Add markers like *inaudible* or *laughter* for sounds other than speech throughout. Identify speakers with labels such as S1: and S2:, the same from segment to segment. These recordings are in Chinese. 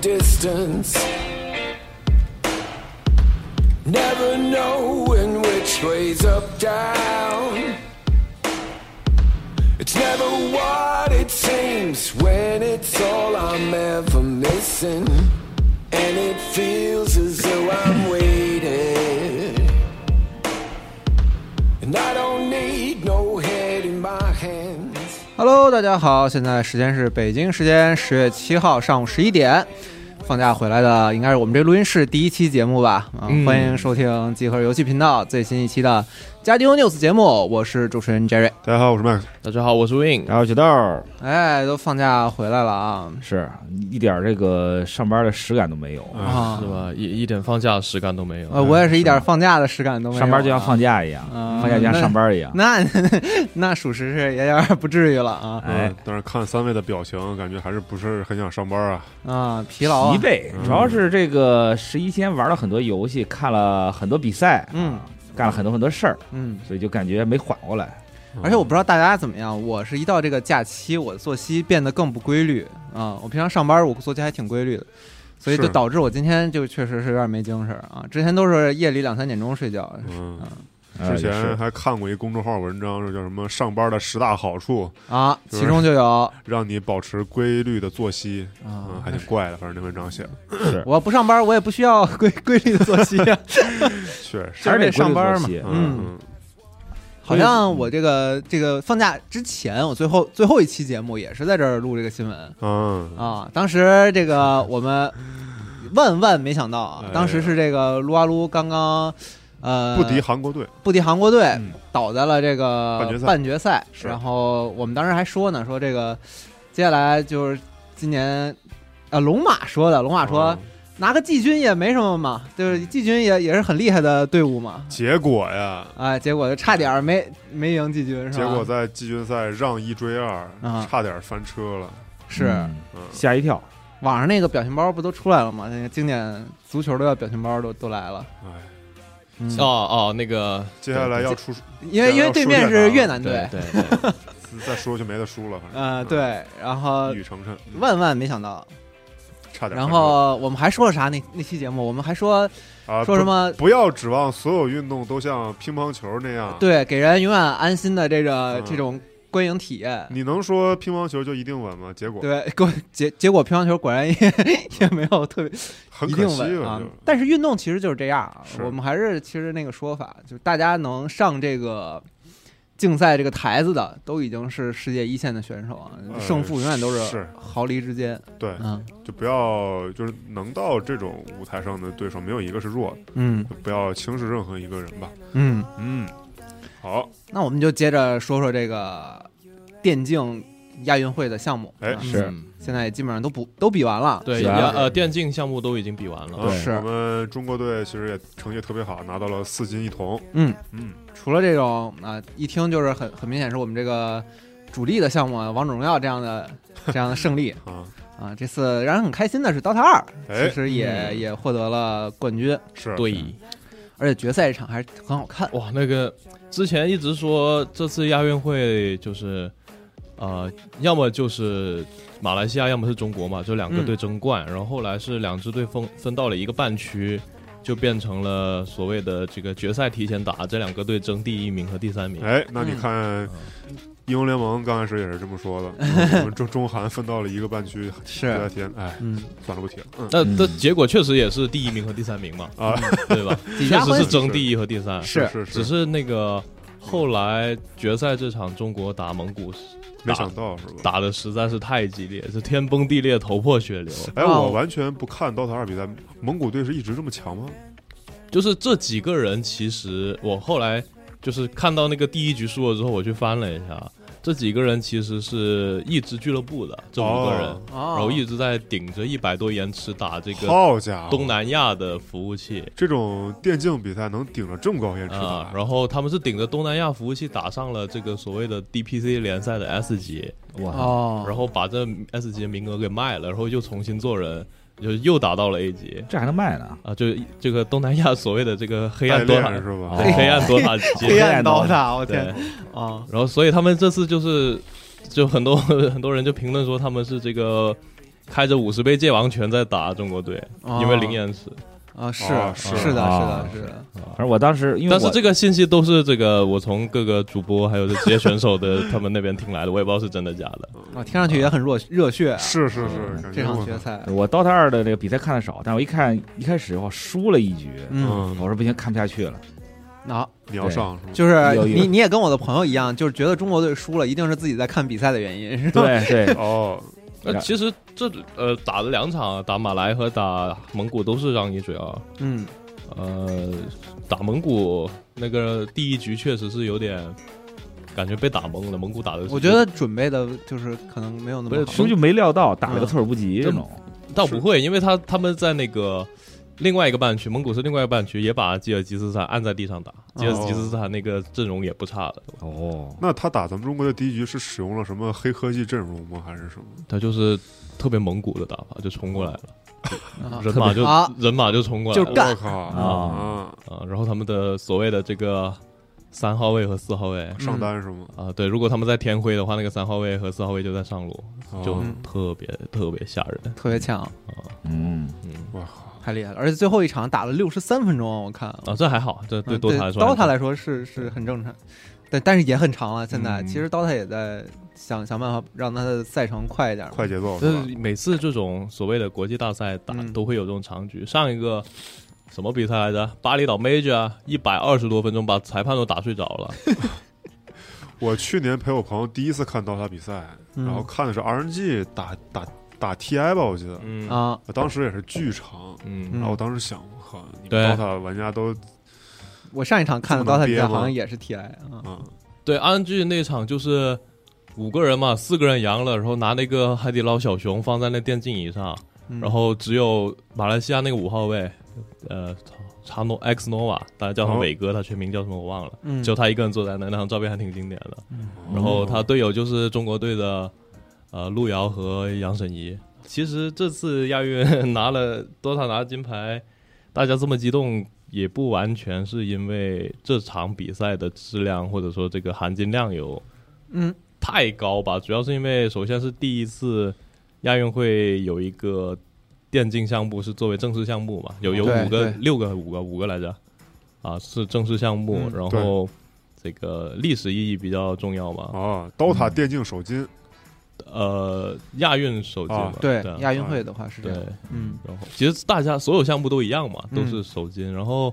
S1: distance. Never knowing which way's up, down. It's never what it seems when it's all I'm ever missing. And it feels as though I'm waiting. And I don't need no head in my hands.
S2: Hello，大家好，现在时间是北京时间十月七号上午十一点。放假回来的应该是我们这录音室第一期节目吧？啊、
S3: 嗯
S2: 欢迎收听集合游戏频道最新一期的《加迪欧 news》节目，我是主持人 Jerry。
S4: 大家好，我是 Max，
S3: 大家好，我是 Win。
S4: 然后小豆儿
S2: 哎，都放假回来了啊！
S5: 是一点儿这个上班的实感都没有，
S2: 啊
S3: 是，吧？一一点放假的实感都没有。
S2: 呃，我也是一点放假的实感都没有啊。
S5: 嗯上班就像放假一样，
S2: 啊
S5: 放假就像上班一样。
S2: 那 *laughs* 那属实是也有点不至于了啊
S5: 哎
S4: 嗯，但是看三位的表情，感觉还是不是很想上班啊。
S2: 啊，疲劳
S5: 疲
S2: 啊，
S5: 惫，主要是这个十一期间玩了很多游戏，看了很多比赛，啊
S2: 嗯
S5: 干了很多很多事儿，
S2: 嗯。
S5: 所以就感觉没缓过来。
S2: 而且我不知道大家怎么样，我是一到这个假期，我的作息变得更不规律啊。我平常上班，我作息还挺规律的，所以就是导致我今天就确实是有点没精神啊。之前都是夜里两三点钟睡觉，
S4: 嗯，
S2: 哎
S5: 呃
S4: 之
S5: 也是
S4: 前还看过一公众号文章，叫什么“上班的十大好处
S2: 啊，
S4: 就
S2: 其
S4: 是
S2: 中就有”，
S4: 让你保持规律的作息，嗯，
S2: 啊
S4: 还。挺怪的。反正那文章写的
S2: 我要不上班，我也不需要 *laughs* 规规律的作息啊。
S4: 确实，
S5: *laughs* 还是得规律
S2: 上班
S5: 作
S2: 嘛
S5: 息
S2: 嗯
S4: 嗯，
S2: 好像我这个这个放假之前，我最后最后一期节目也是在这儿录这个新闻
S4: 嗯，
S2: 啊。当时这个我们万万没想到啊
S4: 哎，呀
S2: 当时是这个撸啊撸刚刚呃
S4: 不敌韩国队，
S2: 不敌韩国队，
S4: 嗯
S2: 倒在了这个
S4: 半决赛
S2: 半决赛。
S4: 是
S2: 然后我们当时还说呢，说这个接下来就是今年，呃，龙马说的，龙马说、
S4: 嗯
S2: 拿个季军也没什么嘛，就是季军也也是很厉害的队伍嘛。
S4: 结果呀，
S2: 哎，结果就差点儿没没赢季军，是吧？
S4: 结果在季军赛让一追二
S2: 啊，
S4: 差点翻车了。
S2: 是、
S5: 嗯
S4: 嗯
S5: 吓一跳，
S2: 网上那个表情包不都出来了吗？那个经典足球的表情包都都来了。
S4: 哎，
S2: 嗯
S3: 哦哦，那个，
S4: 接下来要出，
S2: 因为因为对面
S4: 啊
S2: 是越南队
S3: 对，对
S2: *laughs*
S3: 对，
S4: 再说就没得输了，反正
S2: 呃，，对，然后
S4: 一语成谶，嗯
S2: 万万没想到，
S4: 差点翻车。
S2: 然后我们还说了啥？那那期节目我们还说
S4: 啊，
S2: 说什么？
S4: 不要指望所有运动都像乒乓球那样。，
S2: 对，给人永远安心的这个
S4: 嗯
S2: 这种观影体验。
S4: 你能说乒乓球就一定稳吗？结果
S2: 对， *laughs* 果结结果乒乓球果然也 *laughs* 也没有特别
S4: 很
S2: 一
S4: 可
S2: 定
S4: 惜
S2: 稳
S4: 啊
S2: 啊
S4: 就。
S2: 但是运动其实就是这样啊，
S4: 是
S2: 我们还是其实那个说法，就是大家能上这个竞赛这个台子的，都已经是世界一线的选手啊，
S4: 呃
S2: 胜负永远都
S4: 是哎
S2: 毫厘之间。
S4: 对，
S2: 嗯
S4: 就不要就是能到这种舞台上的对手，没有一个是弱的，
S2: 嗯
S4: 就不要轻视任何一个人吧。
S2: 嗯，
S4: 嗯，好，
S2: 那我们就接着说说这个电竞亚运会的项目。
S4: 哎
S2: 啊
S5: 是
S3: 嗯
S2: 现在也基本上都补都比完了。
S3: 对，
S5: 是啊
S3: 呀呃，电竞项目都已经比完了。
S4: 啊
S2: 是
S4: 我们中国队其实也成绩特别好，拿到了四金一铜。
S2: 嗯，
S4: 嗯，
S2: 除了这种啊、一听就是很很明显是我们这个主力的项目啊，王者荣耀这样的这样的胜利
S4: 啊，
S2: 啊，这次让人很开心的是 DOTA 二，其
S4: 哎，
S2: 实也、
S3: 嗯
S2: 也获得了冠军，
S4: 是，啊
S3: 对，
S2: 而且决赛一场还是很好看。
S3: 哇，那个之前一直说这次亚运会就是，呃，要么就是马来西亚，要么是中国嘛，就两个
S2: 嗯
S3: 队争冠。然后后来是两支队分分到了一个半区，就变成了所谓的这个决赛提前打，这两个队争第一名和第三名。
S4: 哎，那
S2: 嗯
S4: 你看。英雄联盟刚开始也是这么
S2: *laughs*
S4: 说的，我们中中韩分到了一个半区，
S2: 是
S4: 昨天，哎，
S2: 嗯，
S4: 算了，不提了。嗯
S3: 那这
S5: 嗯
S3: 结果确实也是第一名和第三名嘛，嗯
S4: 啊，
S3: 对
S4: *laughs*
S3: 吧？
S2: 几
S3: 确
S2: 家
S3: 实
S2: 欢
S3: 是
S2: 喜
S3: 争第一和第三，
S2: 是
S4: 是
S3: 只是那个后来决赛这场中国打蒙古
S4: 没想到是吧？
S3: 打的实在是太激烈，是天崩地裂，头破血流。
S4: 哎，
S2: 哦
S4: 我完全不看 DOTA 二比赛，蒙古队是一直这么强吗？
S3: 就是这几个人，其实我后来就是看到那个第一局输了之后，我去翻了一下，这几个人其实是一支俱乐部的这五个人，
S4: 哦
S2: 哦，
S3: 然后一直在顶着一百多延迟打这个
S4: 好家伙，
S3: 东南亚的服务器。
S4: 这种电竞比赛能顶着这么高延迟
S3: 啊、
S4: 打，
S3: 然后他们是顶着东南亚服务器打上了这个所谓的 DPC 联赛的 S 级，
S5: 哇，
S2: 哦，
S3: 然后把这 S 级的名额给卖了，然后又重新做人，就又打到了 A 级
S5: 这还能卖呢？
S3: 啊，就这个东南亚所谓的这个黑
S4: 代
S3: 暗多塔
S4: 练，是吧？
S3: 对
S5: 哦
S3: 黑暗多塔
S2: 黑
S3: 级，
S2: 暗 DOTA，我
S3: 对，
S2: 天啊，
S3: 然后所以他们这次就是就很多很多人就评论说他们是这个。开着五十杯界王拳在打中国队，
S2: 哦
S3: 因为零延迟。
S2: 啊，是
S4: 哦
S2: 是
S4: 是
S2: 的，是的
S5: 啊，
S2: 是的，
S5: 反正我当时因为
S3: 但
S5: 我
S3: 是这个信息都是这个我从各个主播还有这职业选手的他们那边听来的，我也不知道是真的假的。
S2: 啊，听上去也很热热血啊，
S4: 是是是，感
S2: 这
S4: 觉
S2: 场
S4: 我
S2: 决赛，
S5: 我 DOTA 二的这个比赛看的少，但我一看一开始我输了一局，
S2: 嗯，
S4: 嗯，
S5: 我说不行，看不下去了。
S2: 好，
S4: 你要上是吗？
S2: 就是
S5: 有有
S2: 你你也跟我的朋友一样，就是觉得中国队输了，一定是自己在看比赛的原因，是吧？
S5: 对对，
S4: 哦，
S2: *laughs* 啊
S3: 那其实这呃打了两场，打马来和打蒙古都是让一嘴啊。
S2: 嗯，
S3: 呃，打蒙古那个第一局确实是有点感觉被打懵了，蒙古打的
S2: 我觉得准备的就是可能没有那么
S3: 不
S2: 好
S3: 是
S5: 输就没料到，打了
S2: 嗯
S5: 个措手不及这种。
S3: 倒不会，因为他他们在那个另外一个半区，蒙古是另外一个半区，也把吉尔吉斯斯坦按在地上打，吉尔吉斯斯坦那个阵容也不差的，
S5: 哦，
S4: 那他打咱们中国的第一局是使用了什么黑科技阵容吗？还是什么？
S3: 他就是特别蒙古的打法，就冲过来了，
S2: 啊
S3: 人马就、
S2: 啊
S3: 人马就冲过来
S2: 就
S3: 了，
S2: 是干
S4: 我靠
S5: 啊
S4: 啊！
S3: 啊，然后他们的所谓的这个三号位和四号位。
S4: 上单是吗？
S3: 啊，对，如果他们在天辉的话，那个三号位和四号位就在上路，嗯就
S4: 哦
S3: 特别、特别吓人。
S2: 特别强，
S5: 嗯，
S4: 哇靠！
S2: 太厉害了！而且最后一场打了六十三分钟，我看
S3: 啊，这还好，这对
S2: 嗯
S3: 多塔来说还好，
S2: DOTA 来说是是很正常，但但是也很长了。现在、
S5: 嗯
S2: 其实 DOTA 也在想想办法让它的赛程快一点嘛。
S4: 快节奏
S3: 就是
S2: 呃
S4: 吧？
S3: 是每次这种所谓的国际大赛打，
S2: 嗯
S3: 都会有这种长局。上一个什么比赛来着？巴厘岛 Major 啊，一百二十多分钟把裁判都打睡着
S2: 啊
S3: 了。
S4: 我去年陪我朋友第一次看刀塔比赛，
S2: 嗯
S4: 然后看的是 RNG 打打打 TI 吧，我记得，
S3: 嗯
S2: 啊，
S4: 我当时也是巨长。
S3: 嗯
S4: 然后我当时想，我靠，你
S3: 对
S4: 们刀塔玩家都
S2: 我上一场看的
S4: 这么
S2: DOTA
S4: 能
S2: 比
S4: 憋
S2: 赛
S4: 吗
S2: 好像也是 TI 啊，
S4: 啊，
S3: 对，RNG 那场就是五个人嘛，四个人阳了，然后拿那个海底捞小熊放在那电竞椅上，
S2: 嗯
S3: 然后只有马来西亚那个五号位，呃，查诺 X Nova，大家叫他
S4: 哦
S3: 伟哥，他全名叫什么我忘了，
S2: 嗯
S3: 就他一个人坐在那，那张照片还挺经典的。然
S4: 然
S3: 后他队友就是中国队的呃路遥和杨审怡。其实这次亚运拿了多少拿金牌，大家这么激动，也不完全是因为这场比赛的质量或者说这个含金量有
S2: 嗯
S3: 太高吧，主要是因为首先是第一次亚运会有一个电竞项目是作为正式项目嘛，有有
S2: 对
S3: 五个
S2: 对、
S3: 六个、五个、五个来着，啊是正式项目，
S2: 嗯
S3: 然
S4: 对
S3: 后这个历史意义比较重要嘛，
S4: 哦，刀
S2: 嗯
S4: 塔电竞手巾，
S3: 呃，亚运手机嘛
S4: 啊，
S2: 对
S3: 对
S2: 哦亚运会的话是这
S3: 对啊
S2: 样，嗯
S3: 然后其实大家所有项目都一样嘛，
S2: 嗯
S3: 都是手机，然后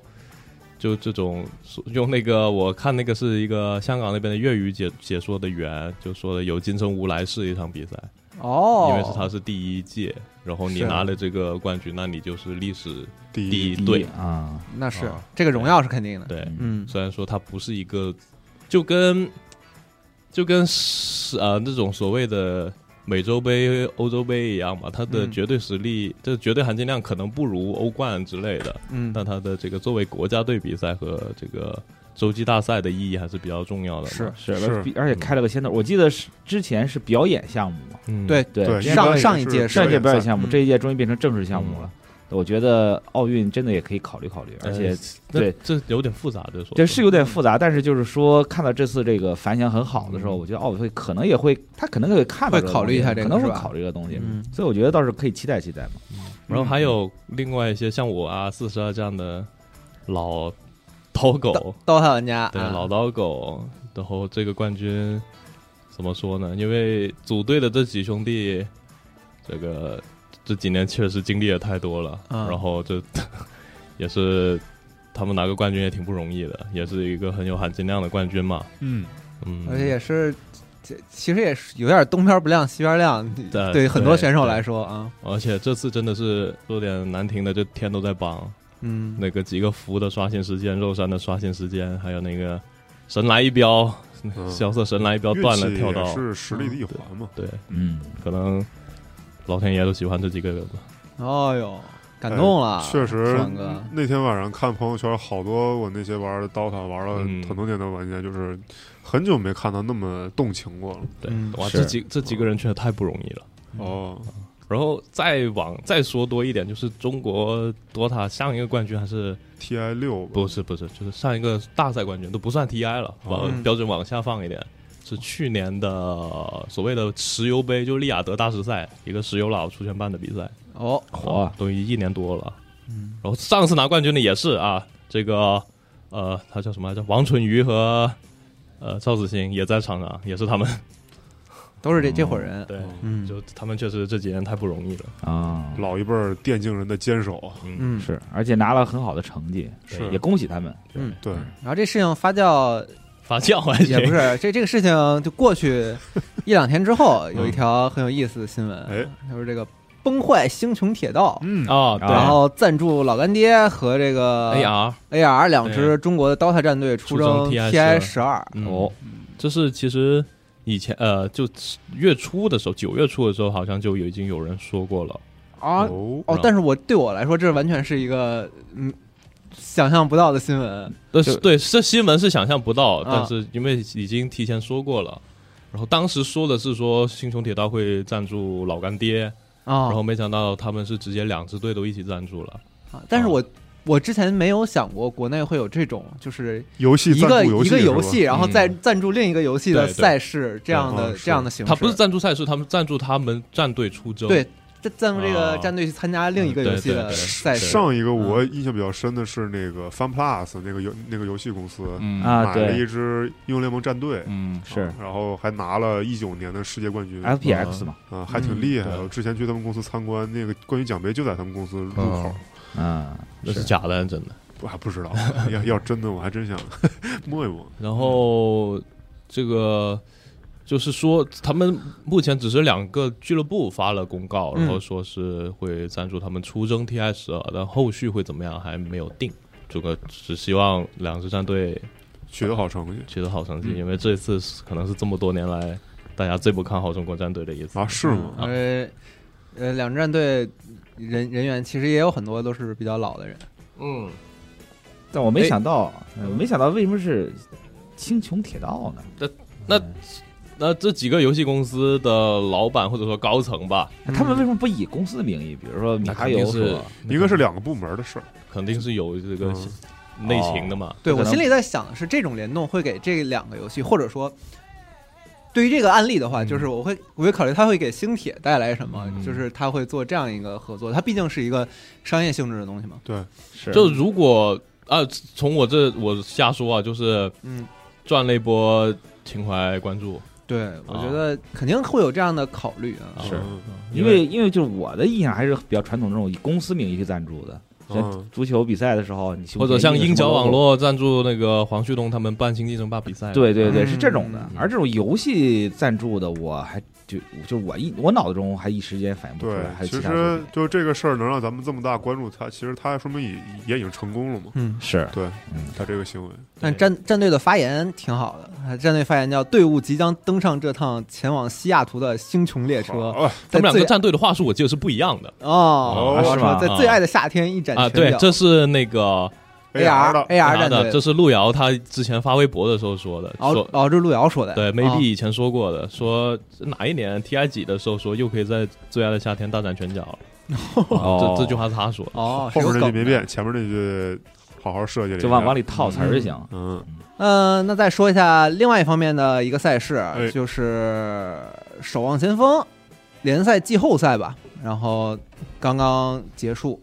S3: 就这种用那个，我看那个是一个香港那边的粤语解解说的员，就说的有今生无来世一场比赛，
S4: 嗯
S2: 哦，
S3: 因为是他是第一届，然后你
S2: 是
S3: 拿了这个冠军，那你就是历史
S4: 第
S3: 第一
S4: 一，
S3: 队，
S5: 啊，
S2: 那是
S3: 啊
S2: 这个荣耀是肯定的，
S3: 对，
S2: 嗯
S3: 虽然说它不是一个，就跟就跟是呃那种所谓的美洲杯、欧洲杯一样嘛，它的
S2: 嗯
S3: 绝对实力、这绝对含金量可能不如欧冠之类的，
S2: 嗯，
S3: 但它的这个作为国家队比赛和这个洲际大赛的意义还是比较重要的。
S2: 是，
S5: 是，
S4: 是
S5: 而且开了个先头，我记得是之前是表演项目嘛，
S3: 嗯，
S2: 对
S5: 对
S4: 对，
S5: 上
S4: 一般也是
S2: 上一届
S5: 上一届表演项目，
S2: 嗯
S5: 这一届终于变成正式项目了。我觉得奥运真的也可以考虑考虑，而且
S3: 那
S5: 对
S3: 这有点复杂的说，
S5: 这是有点复杂，但是就是说，看到这次这个反响很好的时候，
S3: 嗯
S5: 我觉得奥委会可能也会，他可能也会看到
S2: 会
S5: 个
S2: 考虑一下
S5: 东
S2: 这个
S5: 西可能
S2: 是
S5: 会
S2: 吧
S5: 考虑这个东西，
S2: 嗯
S5: 所以我觉得倒是可以期待期待嘛。
S3: 然后还有另外一些像我啊四十二这样的老刀狗，
S2: DOTA 玩家，
S3: 对，
S2: 啊
S3: 老刀狗，然后这个冠军怎么说呢？因为组队的这几兄弟，这个这几年确实经历也太多了，
S2: 嗯
S3: 然后这 *laughs* 也是他们拿个冠军也挺不容易的，也是一个很有含金量的冠军嘛。
S4: 嗯，
S3: 嗯，
S2: 而且也是。这其实也是有点东边不亮西边亮，
S3: 对
S2: 对很多
S3: 对
S2: 选手
S3: 对
S2: 来说啊，
S3: 而且这次真的是说点难听的，这天都在帮
S2: 嗯，
S3: 那个几个福的刷新时间，肉山的刷新时间，还有那个神来一镖，
S4: 嗯
S3: 萧瑟神来一镖断了
S4: 运气
S3: 跳
S4: 也
S3: 到，
S4: 是实力的一环嘛。
S3: 对，
S5: 嗯，
S3: 可能老天爷都喜欢这几个人吧。
S2: 哦呦，感动了，
S4: 哎确实
S2: 爽哥，
S4: 那天晚上看朋友圈，好多我那些玩的 DOTA 玩了
S3: 嗯
S4: 很多年的玩家，就是很久没看到那么动情过了。
S3: 对，
S2: 嗯
S3: 哇，
S5: 是
S3: 这几这几个人确实太不容易了。
S4: 哦，
S3: 然后再往再说多一点，就是中国 DOTA 上一个冠军还是
S4: TI 六吧，
S3: 不是不是，就是上一个大赛冠军都不算 TI 了，往、
S2: 嗯
S3: 标准往下放一点，是去年的呃所谓的石油杯，就利雅得大师赛，一个石油佬出钱办的比赛，
S2: 哦，
S3: 啊
S5: 火
S3: 等于一年多了。嗯，然后上次拿冠军的也是啊，这个呃，他叫什么来着？王淳于和呃赵子欣也在场上，也是他们。
S2: 都是这这伙人，
S3: 对，
S2: 嗯
S3: 就他们确实这几年太不容易了。
S5: 啊，
S4: 老一辈儿电竞人的坚守，啊
S2: 嗯，
S5: 是，而且拿了很好的成绩，
S3: 对
S4: 是
S5: 也恭喜他们。
S4: 对，
S2: 然后这事情发酵
S3: 发酵还
S2: 也
S3: 行
S2: 不是这这个事情，就过去一两天之后，有一条很有意思的新
S3: 嗯
S2: 闻，
S4: 哎
S2: 就是这个崩坏星穹铁道，
S4: 嗯，
S3: 啊，对哎
S2: 然后赞助老干爹和这个
S3: AR
S2: AR 两支中国的 DOTA 战队出征
S3: 出征
S2: TI 十二，
S3: 嗯
S5: 哦，
S3: 这是其实以前呃，就月初的时候，九月初的时候，好像就已经有人说过了。
S2: 啊
S4: 哦，
S2: 哦，但是我对我来说，这完全是一个嗯想象不到的新闻，
S3: 呃
S5: 就，
S3: 对，这新闻是想象不到，
S2: 啊
S3: 但是因为已经提前说过了。然后当时说的是说星穹铁道会赞助老干爹，
S2: 啊
S3: 然后没想到他们是直接两支队都一起赞助了。
S2: 啊但是我。我之前没有想过国内会有这种，就是
S4: 游戏
S2: 一
S4: 赞
S2: 个
S4: 助游
S2: 一
S4: 戏
S2: 个
S4: 是吧
S2: 游戏，然后再
S3: 嗯
S2: 赞助另一个游戏的
S3: 对对
S2: 赛事这样
S4: 哦
S2: 的
S4: 是
S2: 这样的形式。
S3: 他不是赞助赛事，他们赞助他们战队出征。
S2: 对，赞赞助这个
S3: 啊
S2: 战队去参加另一个游戏的赛事。
S4: 上一个我印象比较深的是那个 FunPlus 那个游那个游戏公司
S3: 嗯
S5: 啊
S4: 买了
S5: 对
S4: 一支英雄联盟战队，
S3: 嗯
S5: 是
S4: 然后还拿了一九年的世界冠军
S5: FPX 嘛，
S4: 啊，还挺厉害的。
S3: 嗯对
S4: 我之前去他们公司参观，那个冠军奖杯就在他们公司入口，
S5: 嗯，
S3: 那是假的，真的。
S4: 我还不知道。 *laughs* 要要真的，我还真想 *laughs* 摸一摸。
S3: 然后这个就是说，他们目前只是两个俱乐部发了公告，
S2: 嗯
S3: 然后说是会赞助他们出征 TI 十二，但后续会怎么样还没有定。这个只希望两支战队
S4: 取得好成绩
S3: 取得好成绩，
S4: 嗯
S3: 因为这次是可能是这么多年来大家最不看好中国战队的一次
S4: 啊？。是吗？
S2: 呃呃，两支战队人人员其实也有很多都是比较老的人。
S3: 嗯，
S5: 但我
S3: 哎
S5: 没想到，呃我没想到为什么是青穹铁道呢？
S3: 那那这几个游戏公司的老板或者说高层吧，
S5: 他们为什么不以公司的名义，比如说米
S3: 嗯那
S5: 哈
S3: 肯
S5: 游
S3: 定是
S5: 说
S4: 一个是两个部门的事儿，
S3: 肯定是有这个内情的嘛。
S2: 对
S5: 可
S2: 我
S5: 能
S2: 心里在想的是，这种联动会给这两个游戏，或者说。对于这个案例的话，就是我会我会考虑它会给星铁带来什么，
S3: 嗯
S2: 就是它会做这样一个合作，它毕竟是一个商业性质的东西嘛。
S5: 是
S3: 就如果啊，从我这我瞎说啊，就是
S2: 嗯，
S3: 赚了一波情怀关注，
S2: 对，我觉
S3: 哦
S2: 得肯定会有这样的考虑啊。
S3: 是
S4: 嗯
S5: 因为因为就是我的印象还是比较传统，这种以公司名义去赞助的。像
S4: 嗯
S5: 足球比赛的时候，你胸
S3: 或者
S5: 前
S3: 像
S5: 印着什
S3: 鹰
S5: 么
S3: 角
S5: logo
S3: 网，络赞助那个黄旭东他们办新晋争霸比赛，，
S5: 对对对，
S2: 嗯
S5: 是这种的
S2: 嗯。
S5: 而这种游戏赞助的，我还就就我一我脑子中还一时间反应不出
S4: 对
S5: 来，，还有
S4: 其
S5: 其他
S4: 实
S5: 作品
S4: 就这个事儿能让咱们这么大关注他，其实他说明也也已经成功了嘛。
S2: 嗯，
S5: *laughs* 是
S4: 对
S5: 嗯
S4: 他这个行为，
S2: 但战战队的发言挺好的，啊战队发言叫“队伍即将登上这趟前往西雅图的星穹列车
S4: 好啊，”，
S2: 在
S3: 他哦们两
S2: 最
S3: 个战队的话术我记得是不一样的
S2: 哦，
S4: 哦
S2: 我
S5: 是
S2: 说
S5: 吗
S2: 在最爱的夏天一展
S3: 啊，
S2: 拳
S3: 对啊
S2: 脚，
S3: 这是那个
S4: AR 的
S2: AR
S3: 拿
S2: 战
S3: 的，
S2: 队，
S3: 这是路遥他之前发微博的时候说的，
S2: 哦
S3: 说。
S2: 哦，这是路遥说的，
S3: 对
S2: 哦
S3: ，maybe 以前说过的，说哪一年 TI 几的时候说又可以在最爱的夏天大展拳脚了，
S5: 哦
S3: 这这句话是他说的。
S2: 哦，
S4: 后面
S2: 是
S4: 那
S2: 有梗的
S4: 句没。变，前面那句好好设计了一下，
S5: 就往往里套词儿就行。
S4: 嗯，
S2: 嗯、那再说一下另外一方面的一个赛事，
S4: 哎
S2: 就是《守望先锋》联赛季后赛吧，然后刚刚结束，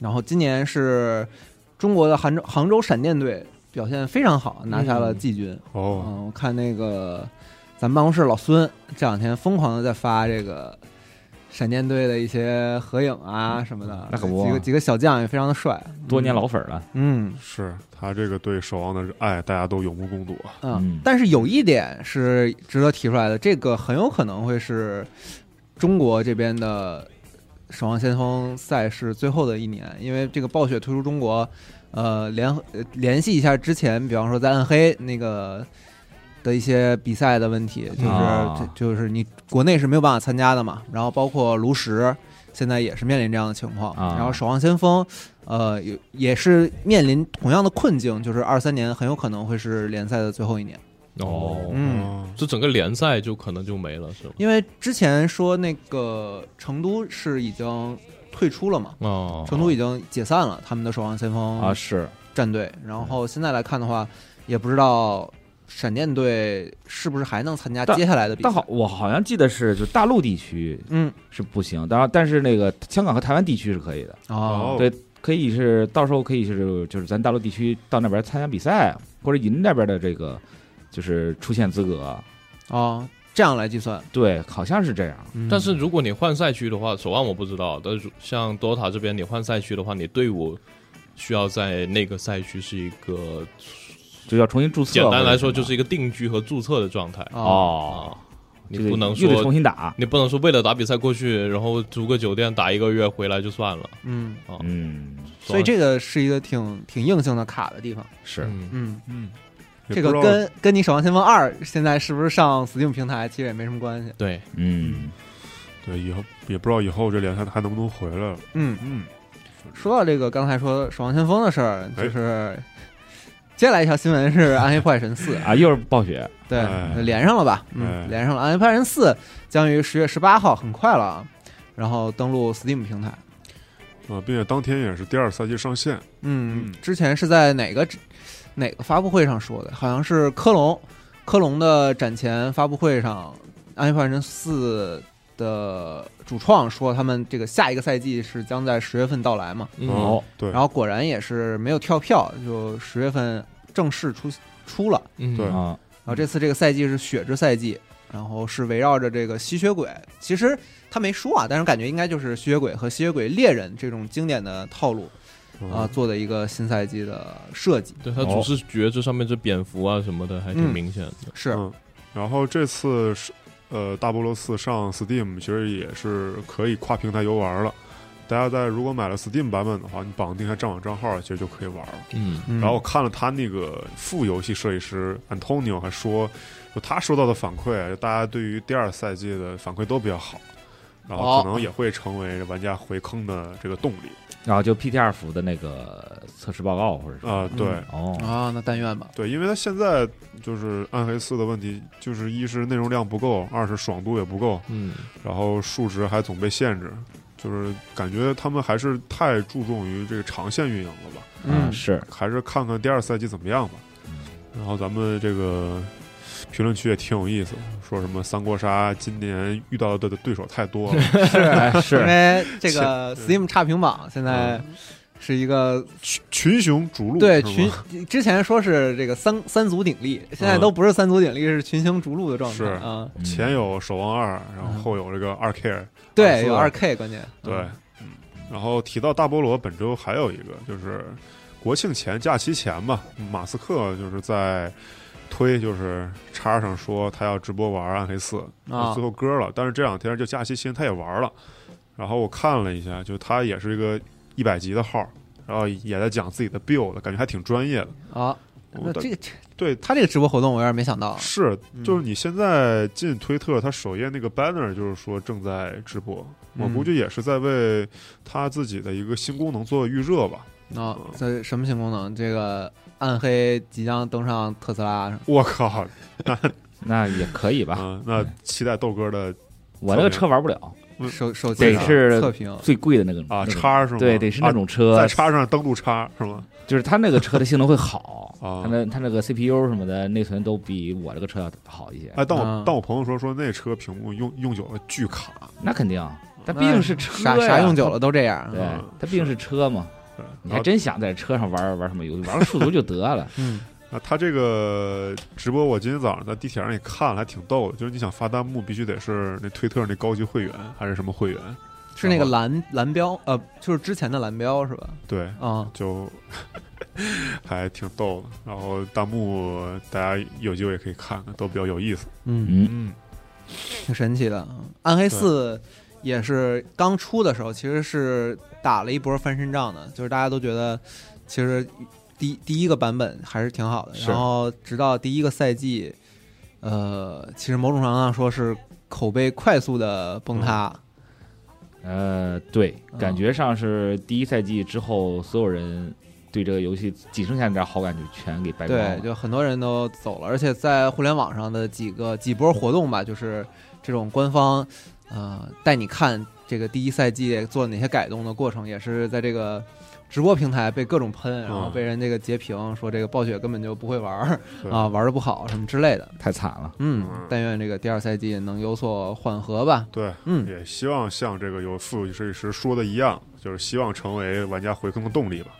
S2: 然后今年是中国的杭州杭州闪电队表现非常好，拿下了季军。
S4: 哦，
S2: 嗯，我看那个咱们办公室老孙这两天疯狂的在发这个闪电队的一些合影啊什么
S4: 嗯
S2: 的，
S5: 那可不
S2: 几个几个小将也非常的帅，
S5: 多年老粉儿了，
S2: 嗯
S4: 是他这个对守望的爱，大家都永不共睹啊。
S2: 嗯
S5: 嗯
S2: 但是有一点是值得提出来的，这个很有可能会是中国这边的守望先锋赛事最后的一年，因为这个暴雪退出中国，呃，联合呃联系一下之前，比方说在暗黑那个。的一些比赛的问题，就是、
S5: 啊
S2: 就就是你国内是没有办法参加的嘛，然后包括炉石现在也是面临这样的情况，
S5: 啊
S2: 然后守望先锋，呃，也也是面临同样的困境，就是二三年很有可能会是联赛的最后一年，
S3: 哦，
S2: 嗯，
S4: 哦，
S3: 这整个联赛就可能就没了，是吗？
S2: 因为之前说那个成都是已经退出了嘛，
S3: 哦，
S2: 成都已经解散
S3: 嗯
S2: 了他们的守望先锋
S5: 啊是
S2: 战队，然后现在来看的话，也不知道闪电队是不是还能参加
S5: 但
S2: 接下来的比赛？
S5: 但好，我好像记得是就大陆地区
S2: 嗯，
S5: 是不行，当然但是那个香港和台湾地区是可以的，
S2: 哦，
S5: 对可以是到时候可以是就是咱大陆地区到那边参加比赛，或者赢那边的这个就是出线资格，
S2: 哦，这样来计算。
S5: 对，好像是这样。
S2: 嗯
S3: 但是如果你换赛区的话，守望我不知道，但是像 DOTA 这边你换赛区的话，你队伍需要在那个赛区是一个，
S5: 就要重新注册。
S3: 简单来说
S5: 或者
S3: 就
S5: 什
S3: 是一个定居和注册的状态
S2: 哦，
S3: 啊
S5: 么哦，，
S3: 你
S5: 就得
S3: 不能
S5: 又得重
S3: 说
S5: 新打。
S3: 你不能说为了打比赛过去，然后租个酒店打一个月回来就算了，
S2: 嗯，
S3: 哦
S5: 嗯，
S2: 所以这个是一个挺挺硬性的卡的地方。
S5: 是
S3: 嗯
S2: 嗯，
S4: 嗯，也
S2: 这
S4: 不
S2: 个
S4: 知道
S2: 跟跟你《守望先锋二》现在是不是上 Steam 平台，其实也没什么关系。
S3: 对，
S5: 嗯，
S4: 对以后也不知道以后这联赛还能不能回来了。
S2: 嗯，
S4: 嗯，
S2: 说到这个刚才说《守望先锋》的事儿，
S4: 哎
S2: 就是接下来一条新闻是《暗黑破坏神
S4: *laughs*
S2: 四》，
S5: 啊，又是暴雪，
S2: 对
S4: 哎，
S2: 连上了吧？
S4: 哎
S2: 嗯，连上了。《暗黑破坏神四》将于十月十八号，很快了啊，然后登陆 Steam 平台。
S4: 啊，并且当天也是第二赛季上线。
S2: 嗯
S4: 嗯，
S2: 之前是在哪个哪个发布会上说的？好像是科隆科隆的展前发布会上，《暗黑破坏神四》的主创说他们这个下一个赛季是将在十月份到来嘛。
S3: 嗯
S5: 哦
S4: 嗯，对，
S2: 然后果然也是没有跳票，就十月份正式出出了。
S3: 嗯
S4: 对
S5: 啊，
S2: 然后这次这个赛季是血之赛季，然后是围绕着这个吸血鬼。其实他没说啊，但是感觉应该就是吸血鬼和吸血鬼猎人这种经典的套路
S4: 嗯
S2: 啊、做的一个新赛季的设计。
S3: 对，它主视觉这上面这蝙蝠啊什么的还挺明显的，
S2: 是，
S4: 嗯，然后这次是呃大菠萝四上 Steam 其实也是可以跨平台游玩了。大家在如果买了 Steam 版本的话，你绑定一下战网账号，其实就可以玩了。
S3: 嗯
S2: 嗯
S4: 然后我看了他那个副游戏设计师 Antonio 还说，就他收到的反馈，啊就大家对于第二赛季的反馈都比较好，然后
S2: 哦
S4: 可能也会成为玩家回坑的这个动力
S5: 然后就 PTR 服的那个测试报告，或者是
S4: 啊、对。
S2: 嗯
S5: 哦，
S2: 啊，那但愿吧。
S4: 对，因为他现在就是暗黑四的问题，就是一是内容量不够，二是爽度也不够，
S3: 嗯
S4: 然后数值还总被限制，就是感觉他们还是太注重于这个长线运营了吧？
S5: 啊
S2: 嗯，
S5: 是，
S4: 还是看看第二赛季怎么样吧。然后咱们这个评论区也挺有意思，说什么三国杀今年遇到的对手太多了，
S5: 哎
S2: 因
S5: 是，
S2: 为这个
S4: 嗯
S2: Steam 差评榜现在是一个
S4: 群群雄逐鹿，
S2: 对
S4: 嗯是吗
S2: 群，
S4: *laughs*
S2: 之前说是这个三三足鼎立，现在
S4: 嗯
S2: 都不是三足鼎立，是群雄逐鹿的状态
S4: 是
S2: 啊。
S5: 嗯
S4: 前有守望二，然后后有这个二 K，
S2: 对，有
S4: 二
S2: 二
S4: 四
S2: K 关键。
S4: 对，嗯。然后提到大菠萝，本周还有一个就是国庆前假期前吧，马斯克就是在推，就是叉上说他要直播玩暗黑四，
S2: 啊
S4: 最后歌了。但是这两天就假期期间他也玩了，然后我看了一下，就他也是一个一百级的号，然后也在讲自己的 build，感觉还挺专业的。
S2: 啊，
S4: 我
S2: 那
S4: 的
S2: 这个
S4: 对，
S2: 他这个直播活动我有点没想
S5: 啊
S2: 到。
S4: 是
S2: 嗯
S4: 就是你现在进推特，他首页那个 banner 就是说正在直播，我
S2: 嗯
S4: 估计也是在为他自己的一个新功能做预热吧。
S2: 啊，
S4: 嗯
S2: 这什么新功能？这个暗黑即将登上特斯拉是吗
S4: 我靠，
S5: 那也可以吧。
S4: 嗯，那期待豆哥的
S5: 我那个车玩不了，
S4: 嗯
S2: 手手机
S5: 得
S2: 上
S5: 是
S2: 测评
S5: 最贵的那个
S4: 啊
S5: 那种
S4: 叉是吗？
S5: 对，得是那种车
S4: 啊，在叉上登录叉是吗？
S5: 就是它那个车的性能会好，
S4: 啊
S5: 它那它那个 CPU 什么的内存都比我这个车要好一些，
S4: 哎，但我、
S5: 啊
S2: 嗯
S4: 但我朋友说说那车屏幕用用久了巨卡，
S5: 那肯定，但毕竟是车
S4: 啊
S2: 啥
S5: 呀
S2: 啥用久了都这样。
S5: 对。
S4: 嗯，
S5: 它毕竟是车嘛，
S4: 对啊
S5: 你
S4: 然
S5: 还
S4: 后
S5: 真想在车上玩玩什么游戏，玩个数独就得了
S2: 嗯，
S4: 啊，他这个直播我今天早上在地铁上也看了，还挺逗的。就是你想发弹幕，必须得是那推特那高级会员还是什么会员？
S2: 是那个
S4: 然后
S2: 蓝蓝标，呃，就是之前的蓝标是吧？
S4: 对，
S2: 啊，
S4: 就还挺逗的。然后弹幕大家有机会也可以看看，都比较有意思。
S2: 嗯，
S5: 嗯，
S4: 嗯，
S2: 挺神奇的。暗黑四也是刚出的时候，其实是打了一波翻身仗的，就是大家都觉得其实第第一个版本还是挺好的，
S5: 是
S2: 然后直到第一个赛季，呃，其实某种程度上说是口碑快速的崩塌。
S5: 呃，对，
S2: 嗯
S5: 感觉上是第一赛季之后，所有人对这个游戏仅剩下那点好感就全给败光
S2: 对，
S5: 了。
S2: 就很多人都走了，而且在互联网上的几个几波活动吧，就是这种官方呃带你看这个第一赛季做哪些改动的过程，也是在这个直播平台被各种喷，然后
S4: 嗯
S2: 被人这个截屏，说这个暴雪根本就不会玩儿
S4: 对
S2: 啊，玩的不好什么之类的。
S5: 太惨了。
S2: 嗯
S4: 嗯，
S2: 但愿这个第二赛季能有所缓和吧。
S4: 对，
S2: 嗯
S4: 也希望像这个有富有设计师说的一样，就是希望成为玩家回坑的动力吧。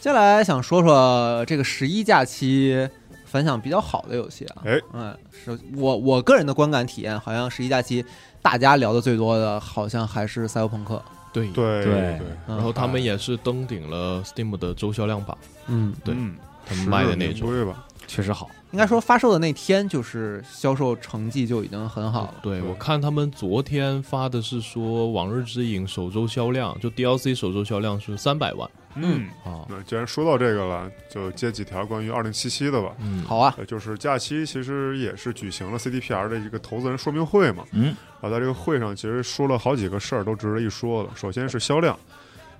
S2: 接下来想说说这个十一假期反响比较好的游戏啊，
S4: 哎，
S2: 嗯，是我我个人的观感体验，好像十一假期大家聊的最多的，好像还是《赛博朋克》
S3: 对，
S4: 对
S5: 对
S2: 嗯。
S3: 然后他们也是登顶了 Steam 的周销量榜，
S2: 嗯，
S3: 对
S4: 嗯，
S3: 他们卖的那
S4: 实至
S3: 种。
S4: 名归吧，
S5: 确实好，
S2: 应该说发售的那天就是销售成绩就已经很好了。
S3: 嗯对
S4: 对
S3: 我看他们昨天发的是说《往日之影》首周销量，就 DLC 首周销量是三百万
S2: 嗯
S4: 嗯，
S3: 啊。
S4: 那既然说到这个了，就接几条关于二零七七的吧。
S3: 嗯，
S2: 好啊，
S4: 呃，就是假期其实也是举行了 CDPR 的一个投资人说明会嘛。
S5: 嗯，
S4: 然后在这个会上，其实说了好几个事儿，都值得一说的。首先是销量，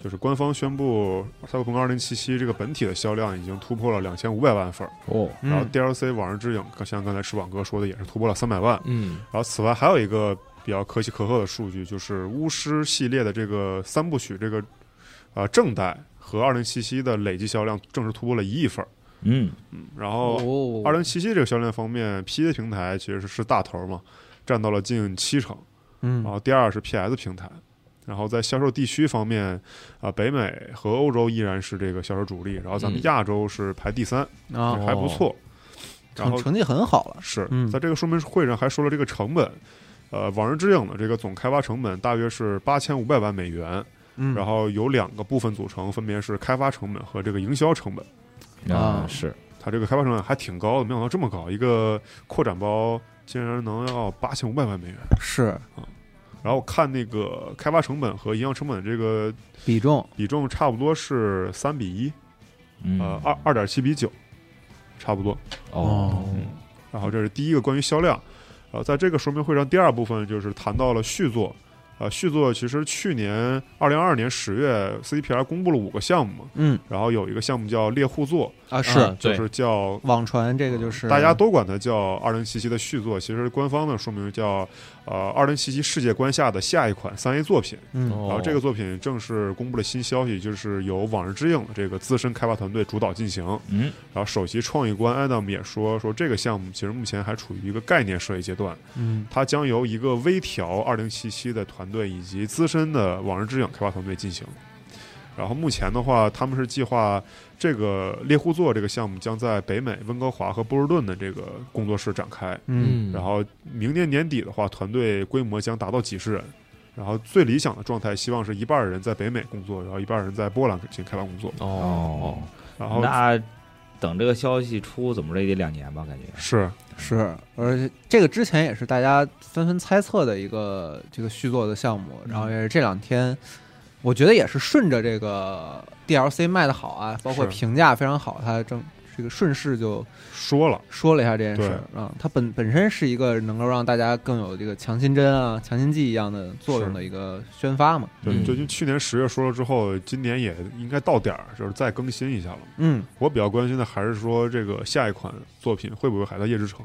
S4: 就是官方宣布《赛博朋克2077》这个本体的销量已经突破了两千五百万份儿，
S5: 哦，
S4: 然后
S2: 嗯
S4: DLC《往日之影》像刚才翅膀哥说的，也是突破了三百万。
S3: 嗯，
S4: 然后此外还有一个比较可喜可贺的数据，就是巫师系列的这个三部曲这个呃正代和《2077》的累计销量正式突破了一亿份儿。
S5: 嗯，
S4: 然后
S2: 哦
S4: 二零七七这个销量方面，PC 平台其实是大头嘛，占到了近七成，然
S2: 嗯
S4: 后啊第二是 PS 平台，然后在销售地区方面，啊、北美和欧洲依然是这个销售主力，然后咱们
S3: 嗯
S4: 亚洲是排第三，
S2: 啊，
S4: 还不错。然
S2: 成
S4: 后
S2: 成绩很好了。
S4: 是
S2: 嗯
S4: 在这个说明会上还说了这个成本，呃，《往日之影》的这个总开发成本大约是八千五百万美元，
S2: 嗯，
S4: 然后有两个部分组成，分别是开发成本和这个营销成本。
S2: 啊
S5: 啊是，
S4: 它这个开发成本还挺高的，没想到这么高，一个扩展包竟然能要八千五百万美元。
S2: 是
S4: 然后看那个开发成本和营养成本的这个
S2: 比重，
S4: 比重差不多是三比一、
S5: 嗯
S4: 呃，二二点七比九，差不多。
S5: 哦，
S4: 然后这是第一个关于销量。然后在这个说明会上，第二部分就是谈到了续作。呃，续作其实去年二零二二年十月，CDPR 公布了五个项目嘛，
S2: 嗯
S4: 然后有一个项目叫猎户座，
S2: 啊是
S3: 啊
S4: 就
S3: 对
S4: 是叫
S2: 网传这个就是
S4: 大家都管它叫《二零七七》的续作，其实官方呢说明叫呃《二零七七世界观下的下一款三 A 作品》。
S2: 嗯
S3: 哦
S4: 然后这个作品正式公布了新消息，就是由《往日之影》的这个资深开发团队主导进行。
S5: 嗯，
S4: 然后首席创意官 Adam 也说，说这个项目其实目前还处于一个概念设计阶段，
S2: 嗯
S4: 它将由一个微调《二零七七》的团队以及资深的《往日之影》开发团队进行。然后目前的话，他们是计划这个猎户座这个项目将在北美温哥华和波士顿的这个工作室展开。
S2: 嗯
S3: 然
S4: 然
S3: 后
S4: 后明年年底的话，团队规模将达到几十人。然后最理想的状态，希望是一半人在北美工作，然后一半人在波兰进行开发工作。
S3: 哦
S5: 哦，
S4: 然后
S5: 那等这个消息出，怎么着也得两年吧，感觉。
S4: 是
S2: 是，而且这个之前也是大家纷纷猜测的一个这个续作的项目，然后
S4: 嗯
S2: 也是这两天，我觉得也是顺着这个 DLC 卖的好啊，包括
S4: 是
S2: 评价非常好，它正这个顺势就
S4: 说了，
S2: 说了一下这件事儿啊，它本本身是一个能够让大家更有这个强心针啊、强心剂一样的作用
S4: 是
S2: 的一个宣发嘛，
S4: 对，
S3: 嗯
S4: 就就去年十月说了之后，今年也应该到点儿，就是再更新一下了。
S2: 嗯
S4: 我比较关心的还是说，这个下一款作品会不会还在夜之城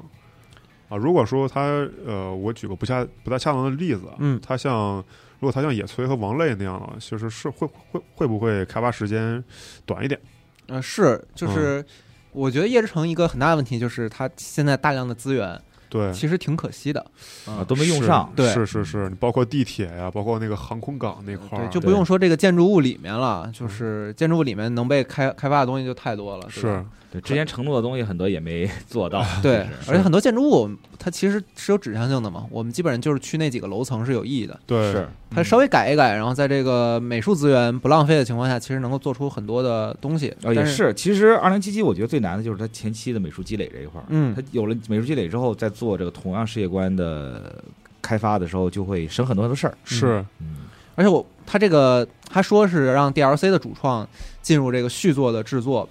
S4: 啊？如果说它，呃，我举个不恰不太恰当的例子啊，
S2: 嗯
S4: 它像如果它像野炊和王类那样啊，其实是会会会不会开发时间短一点？
S2: 呃是
S4: 嗯
S2: 就是。我觉得夜之城一个很大的问题就是，它现在大量的资源
S4: 对，
S2: 其实挺可惜的，啊
S5: 啊，都没用
S4: 是
S5: 上，
S2: 对
S4: 是是是，你包括地铁呀、包括那个航空港那块
S2: 对，
S4: 儿，
S2: 就不
S5: 对
S2: 用说这个建筑物里面了，就是建筑物里面能被开开发的东西就太多了。对
S4: 是
S2: 吧
S5: 对之前承诺的东西很多也没 *laughs* 做到，
S2: 对，
S5: 是
S2: 而且很多建筑物它其实是有指向性的嘛，我们基本上就是去那几个楼层是有意义的。
S4: 对
S5: 是啊
S2: 它稍微改一改，然后在这个美术资源不浪费的情况下，其实能够做出很多的东西。
S5: 啊，也
S2: 但
S5: 是。其实二零七七我觉得最难的就是它前期的美术积累这一块儿，
S2: 嗯
S5: 它有了美术积累之后，再做这个同样世界观的开发的时候，就会省很多的事儿。
S4: 是，
S5: 嗯，
S2: 而且我他这个他说是让 DLC 的主创进入这个续作的制作，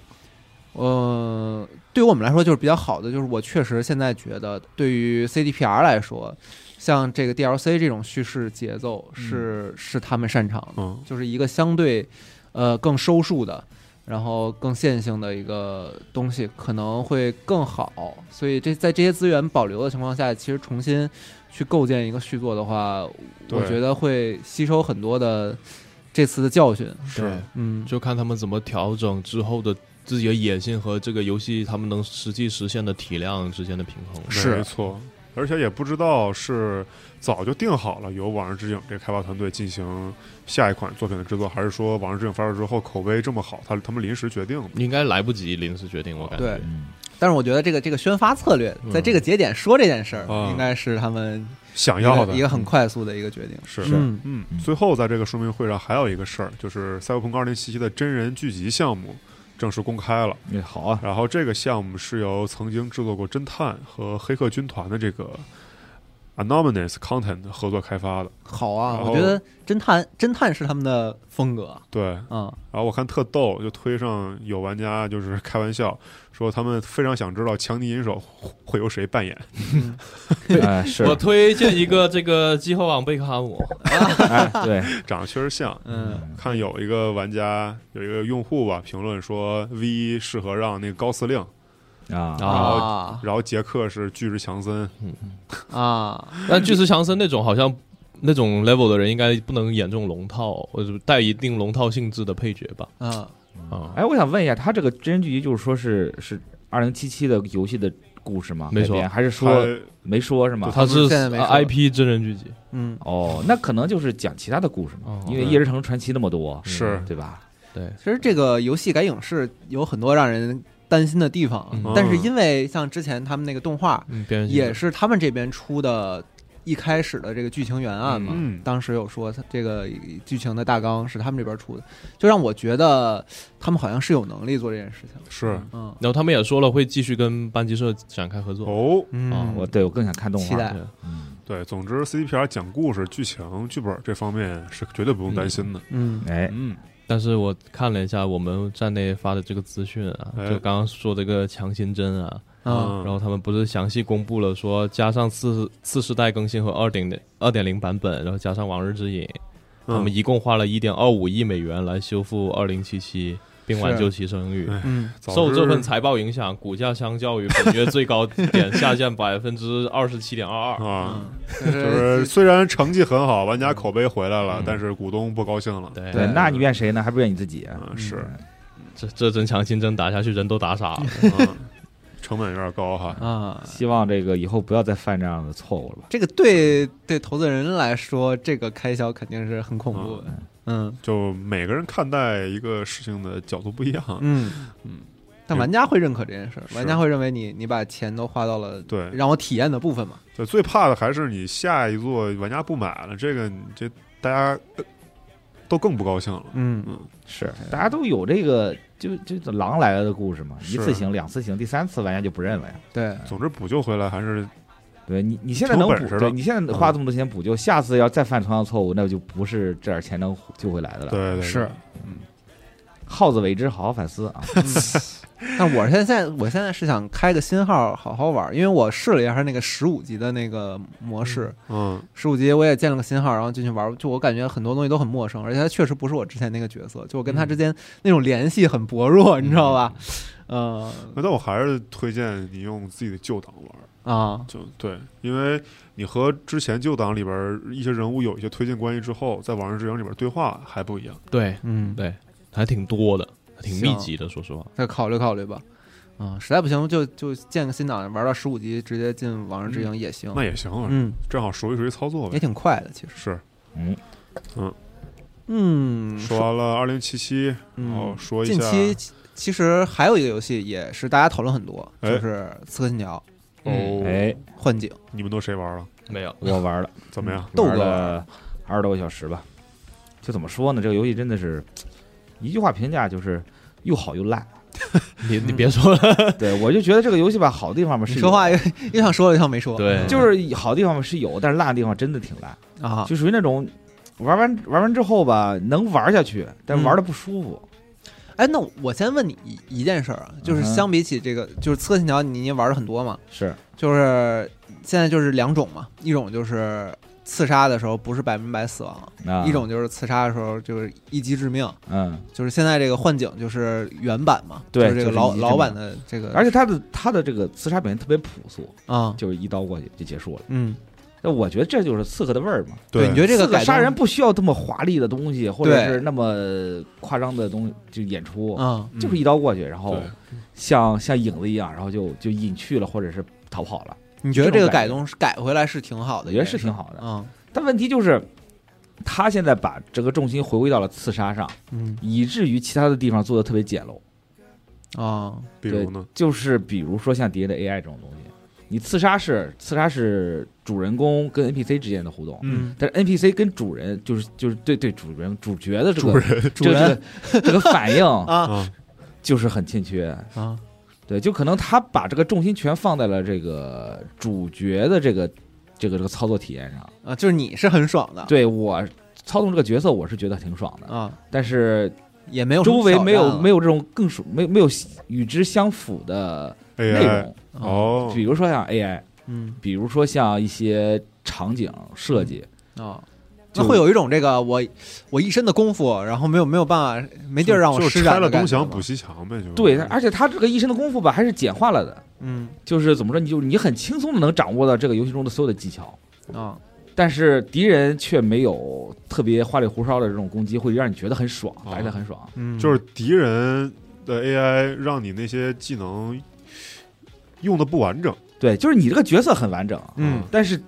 S2: 呃，对于我们来说就是比较好的，就是我确实现在觉得对于 CDPR 来说，像这个 DLC 这种叙事节奏是、是他们擅长的，
S4: 嗯，
S2: 就是一个相对呃更收束的。然后更线性的一个东西可能会更好，所以这在这些资源保留的情况下，其实重新去构建一个续作的话，
S4: 对
S2: 我觉得会吸收很多的这次的教训。
S4: 是
S2: 嗯，
S3: 就看他们怎么调整之后的自己的野心和这个游戏他们能实际实现的体量之间的平衡。
S4: 没错，而且也不知道是早就定好了由《往日之影》这个开发团队进行下一款作品的制作，还是说《往日之影》发售之后口碑这么好，他他们临时决定的？
S3: 应该来不及临时决定，我感觉
S2: 对。
S5: 嗯，
S2: 但是我觉得这个这个宣发策略，在这个节点说这件事儿，
S4: 嗯啊
S2: 应该是他们
S4: 想
S2: 一
S4: 要
S2: 个
S4: 的
S2: 一个很快速的一个决定。
S4: 是
S2: 嗯
S4: 嗯
S5: 嗯，
S4: 最后在这个说明会上还有一个事儿，就是《赛博朋克2077》的真人剧集项目正式公开了。
S5: 那好
S4: *laughs*
S5: 啊，
S4: 然后这个项目是由曾经制作过《侦探》和《黑客军团》的这个 Anonymous Content 合作开发的。
S2: 好啊，
S4: 然后
S2: 我觉得侦探侦探是他们的风格
S4: 对，
S2: 啊，
S4: 然后我看特逗，就推上有玩家就是开玩笑说他们非常想知道强尼银手会由谁扮演。 *laughs*
S5: 哎是，
S3: 我推荐一个这个季后网贝克汉姆，
S5: 哎对，
S4: 长得确实像。
S2: 嗯，
S4: 看有一个玩家有一个用户吧评论说 V 适合让那个高司令，
S3: *laughs*
S5: 啊
S3: 然后
S2: 啊
S4: 然后杰克是巨石强森，
S2: 啊，
S3: 但巨石强森那种好像那种 level 的人，应该不能演这种龙套或者带一定龙套性质的配角吧？
S2: 嗯，
S3: 啊、
S5: 哎，我想问一下，他这个真人剧集就是说是是二零七七的游戏的故事吗？
S3: 没错
S5: 改编还是
S4: 他
S5: 说没说是吗？
S3: 他是
S2: 啊现在没说
S3: IP 真人剧集，
S2: 嗯，
S5: 哦，那可能就是讲其他的故事嘛
S3: 哦，
S5: 因为《
S3: 对
S5: 夜之城传奇》那么多，
S4: 是
S5: 对吧？
S3: 对，
S2: 其实这个游戏改影视有很多让人担心的地方啊
S3: 嗯，
S2: 但
S4: 哦
S2: 是因为像之前他们那个动画
S3: 嗯，边缘性
S2: 也是他们这边出的，一开始的这个剧情原案嘛，
S4: 嗯
S2: 当时有说他这个剧情的大纲是他们这边出的，就让我觉得他们好像是有能力做这件事情的，
S4: 是
S2: 嗯
S3: 然后他们也说了会继续跟班级社展开合作。
S4: 哦，
S3: 啊
S2: 嗯，
S5: 我对我更想看动
S2: 期
S5: 画
S2: 待。
S3: 对
S5: 嗯，
S4: 对，总之 CDPR 讲故事、剧情、剧本这方面是绝对不用担心的。
S2: 嗯
S5: 哎，
S4: 嗯，
S3: 但是我看了一下我们站内发的这个资讯啊，
S4: 哎
S3: 就刚刚说这个强心针啊，
S2: 啊
S4: 嗯
S3: 然后他们不是详细公布了说加上次次世代更新和二点二点零版本，然后加上往日之影，
S4: 嗯
S3: 他们一共花了一点二五亿美元来修复二零七七，并挽救其声誉
S4: 哎。
S2: 嗯
S4: 早
S3: 受这
S4: 知
S3: 份财报影响，股价相较于本月最高点下降百分之二十七点二二。
S2: 嗯
S4: 啊，
S2: 就
S4: 就是虽然成绩很好，玩家口碑回来了
S3: 嗯嗯，
S4: 但是股东不高兴了。
S3: 对，
S5: 对，那你怨谁呢？还不怨你自己？啊
S4: 嗯，是，
S3: 这这针强心针打下去，人都打傻了。
S4: 嗯成本有点高
S3: 嗯
S4: 哈。
S2: 啊，
S5: 希望这个以后不要再犯这样的错误了吧。
S2: 这个对对投资人来说，这个开销肯定是很恐怖的，嗯
S4: 就每个人看待一个事情的角度不一样。
S2: 嗯
S4: 嗯。
S2: 但玩家会认可这件事儿，
S4: 是
S2: 玩家会认为你你把钱都花到了
S4: 对
S2: 让我体验的部分嘛，
S4: 对，最怕的还是你下一座玩家不买了，这个你这大家呃都更不高兴了。
S2: 嗯
S5: 是，大家都有这个，就就狼来了的故事嘛，一
S4: 是
S5: 次行、两次行，第三次玩家就不认了呀。
S2: 对，
S4: 总之补救回来还是
S5: 对你，你现在能
S4: 挺有
S5: 补，
S4: 本事的
S5: 对你现在花这么多钱补救，下次要再犯同样的错误，那就不是这点钱能救回来的
S4: 对
S5: 了。
S4: 对对
S2: 是
S5: 耗子为之，好好反思啊！
S2: 但我现在我现在是想开个新号好好玩，因为我试了一下它那个十五级的那个模式，
S4: 嗯
S2: 十五级我也建了个新号，然后进去玩，就我感觉很多东西都很陌生，而且它确实不是我之前那个角色，就我跟
S4: 嗯
S2: 他之间那种联系很薄弱，你知道吧？
S4: 嗯
S2: 呃
S4: 那但我还是推荐你用自己的旧档玩儿，
S2: 啊，
S4: 就对，因为你和之前旧档里边儿一些人物有一些推进关系之后，在《往日之影》里边儿对话还不一样。
S3: 对，
S2: 嗯，
S3: 对，还挺多的，还挺密
S2: 行
S3: 集的。说实话，
S2: 再考虑考虑吧。啊，实在不行就就建个新档，玩到十五级直接进《往日之影》也行。
S4: 那也行，啊
S2: 嗯，
S4: 正好熟悉熟悉操作
S2: 也
S4: 呗。
S2: 挺快的，其实。
S4: 是
S5: 嗯，
S2: 嗯，
S4: 说完了二零七七，然后
S2: 嗯，
S4: 说一
S2: 近
S4: 下
S2: 期其其实还有一个游戏也是大家讨论很多，就
S4: 哎
S2: 是《刺客信条：
S3: 嗯
S4: 哦，
S5: 哎，
S2: 幻境》。
S4: 你们都谁玩了？
S3: 没有，
S5: 我玩了，
S4: 怎么样？
S2: 豆哥
S5: 玩了二十多个小时吧。就怎么说呢？这个游戏真的是，一句话评价就是又好又 *laughs* 烂。
S3: 你你别说了，
S5: 对我就觉得这个游戏吧，好地方吧
S2: 你
S5: 是
S2: 说
S5: 有
S2: 话又又想说了又想没说，
S3: 对，
S5: 就是好地方吧是有，但是烂的地方真的挺烂，
S2: 啊，
S5: 就属于那种玩完玩完之后吧，能玩下去，但
S2: 嗯
S5: 玩的不舒服。
S2: 哎，那我先问你一一件事儿啊，就是
S5: 嗯哼
S2: 相比起这个，就是《刺客信条》，你你也玩了很多嘛，
S5: 是，
S2: 就是现在就是两种嘛，一种就是刺杀的时候不是百分百死亡，
S5: 啊
S2: 一种就是刺杀的时候就是一击致命，
S5: 嗯，
S2: 就是现在这个幻境就是原版嘛，
S5: 对
S2: 就是这个
S5: 就是
S2: 老
S5: 一击致命
S2: 老版的这个，
S5: 而且它的它的这个刺杀表现特别朴素，
S2: 啊，
S5: 就是一刀过去就结束了。
S2: 嗯
S5: 那我觉得这就是刺客的味儿嘛。
S2: 对，你觉得这
S5: 刺
S2: 个
S5: 客
S2: 改动
S5: 杀人不需要这么华丽的东西，或者
S2: 对
S5: 是那么夸张的东西，就演出，
S2: 嗯
S4: 嗯
S5: 就是一刀过去，然后
S4: 对
S5: 像像影子一样，然后就就隐去了，或者是逃跑了。
S2: 你觉得这
S5: 这
S2: 个
S5: 种感
S2: 改动是改回来是挺好的，
S5: 我觉得
S2: 应该
S5: 是挺好的，
S2: 嗯
S5: 但问题就是，他现在把整个重心回归到了刺杀上，
S2: 嗯
S5: 以至于其他的地方做的特别简陋。
S2: 啊
S4: 比如呢？
S5: 就是比如说像敌人的 AI 这种东西，你刺杀是刺杀是主人公跟 NPC 之间的互动，
S2: 嗯
S5: 但是 NPC 跟主人就是就是对对主人主角的这
S4: 主
S5: 个
S4: 人
S5: 这个这个这个反应
S2: 啊
S4: 啊，
S5: 就是很欠缺。
S2: 啊
S5: 对，就可能他把这个重心全放在了这个主角的这个这个这个操作体验上。
S2: 啊！就是你是很爽的，
S5: 对我操纵这个角色，我是觉得挺爽的，
S2: 啊，
S5: 但是
S2: 也没有
S5: 周围没有没
S2: 有
S5: 有这种更属没有没有与之相符的内
S4: AI
S5: 容，
S4: 哦
S2: 啊
S5: 比如说像 AI，
S2: 嗯
S5: 比如说像一些场景设计，
S2: 啊。
S5: 就
S2: 那会有一种这个我我一身的功夫，然后没有没有办法，没地儿让我
S4: 就
S2: 施
S4: 是
S2: 展
S4: 拆
S2: 的
S4: 了东
S2: 感觉
S4: 墙
S2: 嘛
S4: 补西墙呗，就是
S5: 对，而且它这个一身的功夫吧，还是简化了的，
S2: 嗯
S5: 就是怎么说，你就你很轻松的能掌握到这个游戏中的所有的技巧，
S2: 啊
S5: 但是敌人却没有特别花里胡哨的这种攻击，会让你觉得很爽，
S4: 哦
S5: 打起来很爽。
S2: 嗯，
S4: 就是敌人的 AI 让你那些技能用的不完整，
S5: 对，就是你这个角色很完整，
S2: 嗯
S5: 但是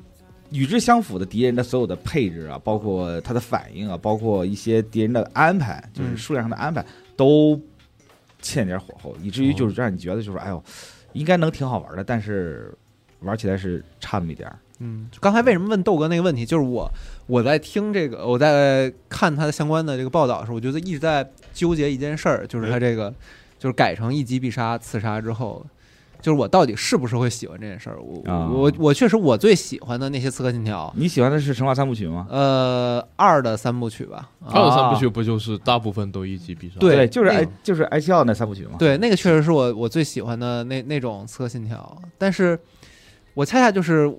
S5: 与之相符的敌人的所有的配置啊，包括他的反应啊，包括一些敌人的安排，就是
S2: 嗯
S5: 数量上的安排，都欠点火候，以至于就是让你觉得就是哎呦，应该能挺好玩的，但是玩起来是差那么一点儿。
S2: 嗯，刚才为什么问豆哥那个问题？就是我我在听这个，我在看他的相关的这个报道的时候，我觉得一直在纠结一件事儿，就是他这个就是改成一击必杀刺杀之后，就是我到底是不是会喜欢这件事儿？我
S5: 啊
S2: 我我确实我最喜欢的那些刺客信条，
S5: 你喜欢的是《神话三部曲》吗？
S2: 呃，二的三部曲吧，
S3: 二
S2: 啊，
S3: 十三部曲不就是大部分都一击必杀？
S2: 对
S5: 就是
S2: 那
S5: 埃
S2: 个
S5: 就是埃西奥那三部曲嘛。
S2: 对，那个确实是我我最喜欢的那那种刺客信条，但是我恰恰就是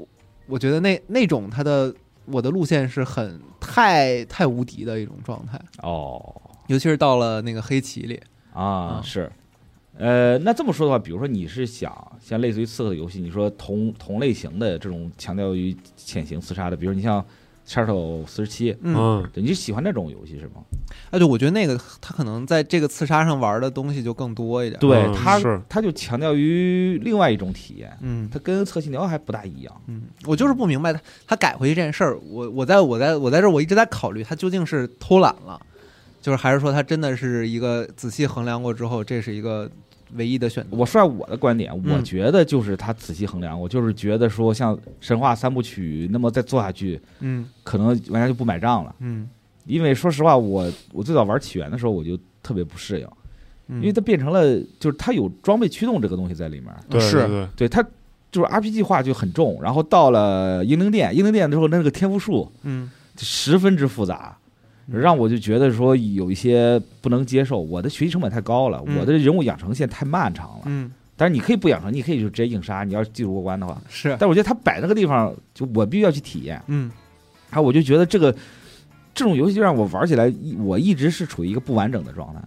S2: 我觉得那那种它的我的路线是很太太无敌的一种状态。
S5: 哦
S2: 尤其是到了那个黑棋里，
S5: 啊
S2: 嗯
S5: 是。呃，那这么说的话，比如说你是想像类似于刺客的游戏，你说同同类型的这种强调于潜行刺杀的，比如你像《杀手四十七》，
S2: 啊，
S4: 嗯，
S5: 对，你是喜欢这种游戏是吗？
S2: 哎对，我觉得那个他可能在这个刺杀上玩的东西就更多一点。
S5: 对
S4: 嗯
S5: 呃它
S4: 是，
S5: 它就强调于另外一种体验，
S2: 嗯
S5: 它跟测信条还不大一样。
S2: 嗯，我就是不明白他他改回去这件事儿，我我在我在我在这儿我一直在考虑他究竟是偷懒了，就是还是说他真的是一个仔细衡量过之后，这是一个唯一的选择。
S5: 我说下我的观点，我
S2: 嗯
S5: 觉得就是他仔细衡量，我就是觉得说像神话三部曲，那么再做下去，
S2: 嗯
S5: 可能玩家就不买账了。
S2: 嗯，
S5: 因为说实话，我我最早玩起源的时候，我就特别不适应，因
S2: 因
S5: 为它变成了就是它有装备驱动这个东西在里面，
S4: 对
S2: 是
S4: 对对，
S5: 对它就是 RPG 化就很重。然后到了英灵殿，英灵殿之后那个天赋树，
S2: 嗯
S5: 十分之复杂，
S2: 嗯
S5: 让我就觉得说有一些不能接受。我的学习成本太高了，
S2: 嗯
S5: 我的人物养成线太漫长了。
S2: 嗯
S5: 但是你可以不养成，你可以就直接硬杀，你要是技术过关的话。
S2: 是
S5: 但我觉得他摆那个地方，就我必须要去体验。
S2: 嗯
S5: 啊，我就觉得这个这种游戏就让我玩起来，一我一直是处于一个不完整的状态，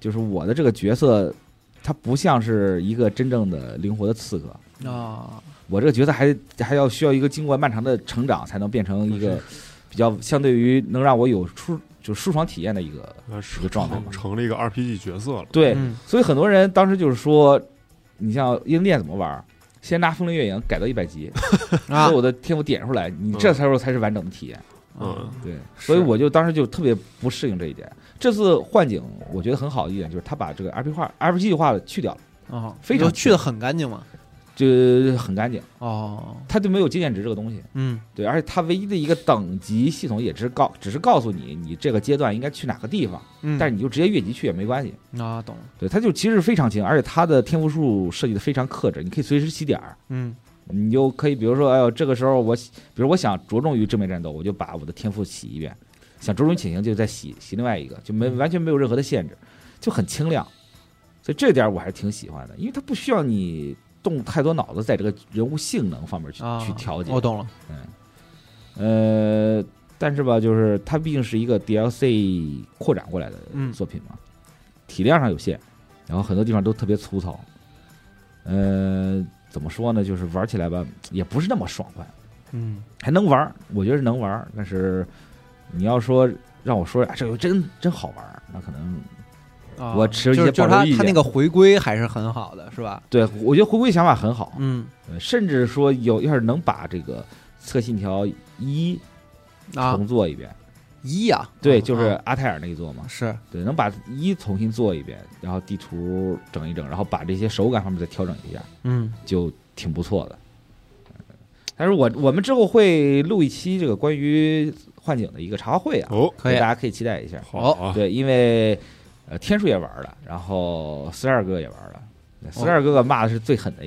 S5: 就是我的这个角色，他不像是一个真正的灵活的刺客。
S2: 啊
S5: 我这个角色还还要需要一个经过漫长的成长，才能变成一个比较相对于能让我有舒就舒爽体验的一个
S4: 那
S5: 一个
S4: 是
S5: 状态。
S4: 成成了一个 RPG 角色了，
S5: 对，
S2: 嗯
S5: 所以很多人当时就是说，你像英殿怎么玩儿？先拿《风铃月影》改到一百级，
S2: 啊嗯
S5: 所有的天赋点出来，你这才时候才是完整的体验。
S4: 嗯，
S5: 对，所以我就当时就特别不适应这一点。这次幻景我觉得很好的一点就是他把这个 RPG 化、RPG 化的去掉了，
S2: 啊，
S5: 非常
S2: 就去的很干净嘛。
S5: 就很干净，
S2: 哦，
S5: 他就没有经验值这个东西。
S2: 嗯
S5: 对，而且它唯一的一个等级系统也只是告，只是告诉你你这个阶段应该去哪个地方，
S2: 嗯，
S5: 但是你就直接越级去也没关系。
S2: 啊懂了，
S5: 对，它就其实非常轻，而且它的天赋树设计的非常克制，你可以随时起点儿，
S2: 嗯
S5: 你就可以比如说，哎呦，这个时候我喜，比如我想着重于正面战斗，我就把我的天赋洗一遍；想着重于潜行，就再洗洗另外一个，就没完全没有任何的限制，就很清亮。所以这点我还是挺喜欢的，因为它不需要你动太多脑子在这个人物性能方面去、
S2: 啊
S5: 去调节。
S2: 我懂了。
S5: 嗯呃，但是吧，就是它毕竟是一个 DLC 扩展过来的
S2: 嗯
S5: 作品嘛，体量上有限，然后很多地方都特别粗糙。呃，怎么说呢？就是玩起来吧，也不是那么爽快。
S2: 嗯
S5: 还能玩儿，我觉得是能玩儿。但是你要说让我说啊，这游戏真真好玩儿，那可能
S2: 啊
S5: 我持一
S2: 就是
S5: 些
S2: 就是
S5: 保留
S2: 他
S5: 意
S2: 他那
S5: 见
S2: 个回归还是很好的，是吧？
S5: 对我觉得回归想法很好，
S2: 嗯
S5: 呃甚至说有要是能把这个《测信条一》
S2: 啊
S5: 重，做一遍，
S2: 一呀，
S5: 对，
S2: 嗯
S5: 就是
S2: 啊
S5: 阿泰尔那一座嘛，
S2: 是
S5: 对，能把一重新做一遍，然后地图整一整，然后把这些手感方面再调整一下，
S2: 嗯
S5: 就挺不错的。呃但是我我们之后会录一期这个关于幻景的一个茶话会啊，
S4: 哦，
S2: 可以
S5: 大。家可以期待一下。
S4: 好啊，
S5: 对，因为呃天数也玩了，然后四十二哥也玩了，四十二哥哥骂的是最狠的一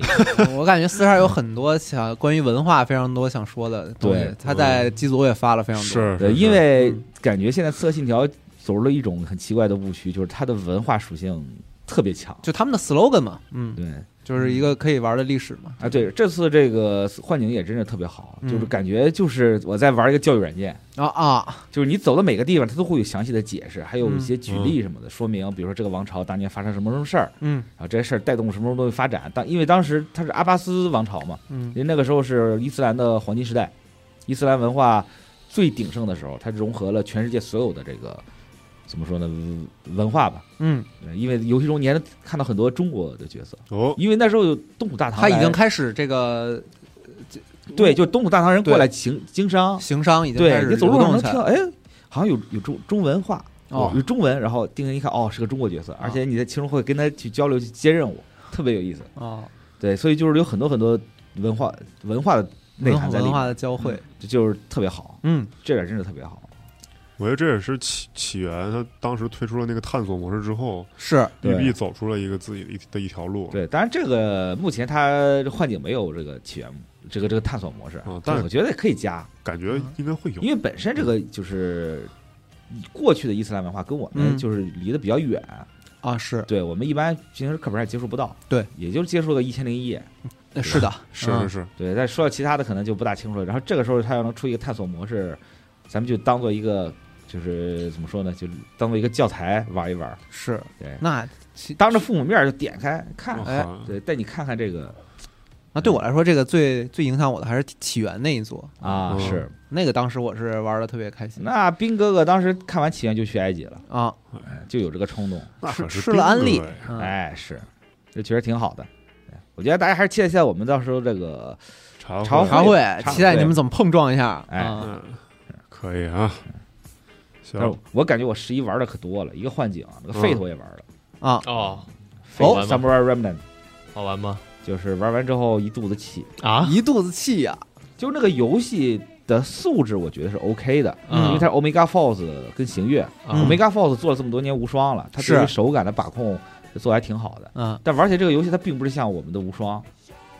S2: *laughs*
S5: 个，
S2: 我感觉四十二有很多想关于文化非常多想说的东西
S5: 对，
S2: 他在机组也发了非常多。
S4: 是，
S5: 对，
S4: 是
S5: 因为
S2: 嗯
S5: 感觉现在《刺客信条》走入了一种很奇怪的误区，就是它的文化属性特别强。
S2: 就他们的 slogan 嘛，嗯，
S5: 对
S2: 就是一个可以玩的历史嘛。
S5: 啊，对，这次这个幻景也真是特别好，
S2: 嗯
S5: 就是感觉就是我在玩一个教育软件，
S2: 啊啊，
S5: 就是你走到每个地方，它都会有详细的解释，还有一些举
S4: 嗯
S5: 例什么的，说明比如说这个王朝当年发生什么什么事儿，
S2: 嗯
S5: 然后这些事儿带动什么什么东西发展。当因为当时它是阿巴斯王朝嘛，
S2: 嗯
S5: 因为那个时候是伊斯兰的黄金时代，伊斯兰文化最鼎盛的时候，它融合了全世界所有的这个怎么说呢文文化吧。
S2: 嗯，
S5: 呃因为游戏中你还能看到很多中国的角色，
S4: 哦，
S5: 因为那时候有东土大唐
S2: 他
S5: 来，
S2: 已经开始这个
S5: 对，就东土大唐人
S2: 嗯
S5: 过
S2: 对
S5: 来经经商，
S2: 行商已经开
S5: 对
S2: 始
S5: 你走
S2: 流
S5: 路
S2: 动
S5: 上能
S2: 起
S5: 听
S2: 来
S5: 到，
S2: 了。
S5: 哎，好像有有中中文话，
S2: 哦
S5: 有中文，然后定睛一看，哦，是个中国角色，而且你在其中会跟他去交流、去接任务，特别有意思。
S2: 哦，
S5: 对，所以就是有很多很多文化文化的内
S2: 文
S5: 涵在里
S2: 文化
S5: 面，嗯
S2: 的交汇，
S5: 这就是特别好，
S2: 嗯
S5: 这点真是特别好。
S4: 我觉得这也是起起源，他当时推出了那个探索模式之后，
S2: 是
S5: 对
S4: 育碧走出了一个自己的一的一条路，
S5: 对，当然这个目前它幻景没有这个起源，这个这个探索模式，
S4: 哦但是
S5: 我觉得可以加，
S4: 感觉应该会有
S5: 因，为本身这个就是过去的伊斯兰文化跟我们
S2: 嗯
S5: 就是离得比较远，
S2: 啊是
S5: 对我们一般平时课本上也接触不到，
S2: 对，
S5: 也就接触个一千零一夜，
S2: 是的，
S4: 是
S2: 嗯
S4: 是是，
S5: 对。但说到其他的可能就不大清楚了。然后这个时候它要能出一个探索模式，咱们就当做一个就是怎么说呢，就当做一个教材玩一玩，
S2: 是
S5: 对，
S2: 那其
S5: 当着父母面儿就点开看
S4: 我，
S2: 哎
S4: 靠
S5: 对，带你看看这个
S2: 那对我来说，这个最最影响我的还是起源那一座，
S5: 嗯啊
S4: 嗯
S5: 是。
S2: 那个当时我是玩的特别开心。
S5: 那兵哥哥当时看完起源就去埃及了，
S2: 啊，
S5: 就有这个冲动，
S4: 那可是
S2: 吃了安利
S4: 兵哥呀，
S2: 嗯
S5: 哎，是，这确实挺好的。对我觉得大家还是期待一下我们到时候这个，
S4: 茶
S5: 茶
S2: 茶会
S5: 茶会
S2: 期待你们怎么碰撞一下。
S5: 哎
S2: 啊，
S4: 嗯，可以啊，行
S5: 但，是我感觉我十一玩的可多了，一个幻景，那个
S4: 嗯
S5: Fate 我也玩了
S2: 啊，
S3: 哦，
S5: ，Fate
S3: 玩吗
S5: Samurai Remnant，
S3: 好玩吗？
S5: 就是玩完之后一肚子气，
S3: 啊，
S2: 一肚子气呀！
S5: 就那个游戏的素质我觉得是 OK 的，
S3: 嗯
S5: 因为它是 Omega Force 跟行月、
S2: 嗯
S5: o m e g a Force 做了这么多年无双了，它对于
S2: 是
S5: 手感的把控做得还挺好的。
S2: 嗯，
S5: 但玩起来这个游戏它并不是像我们的无双，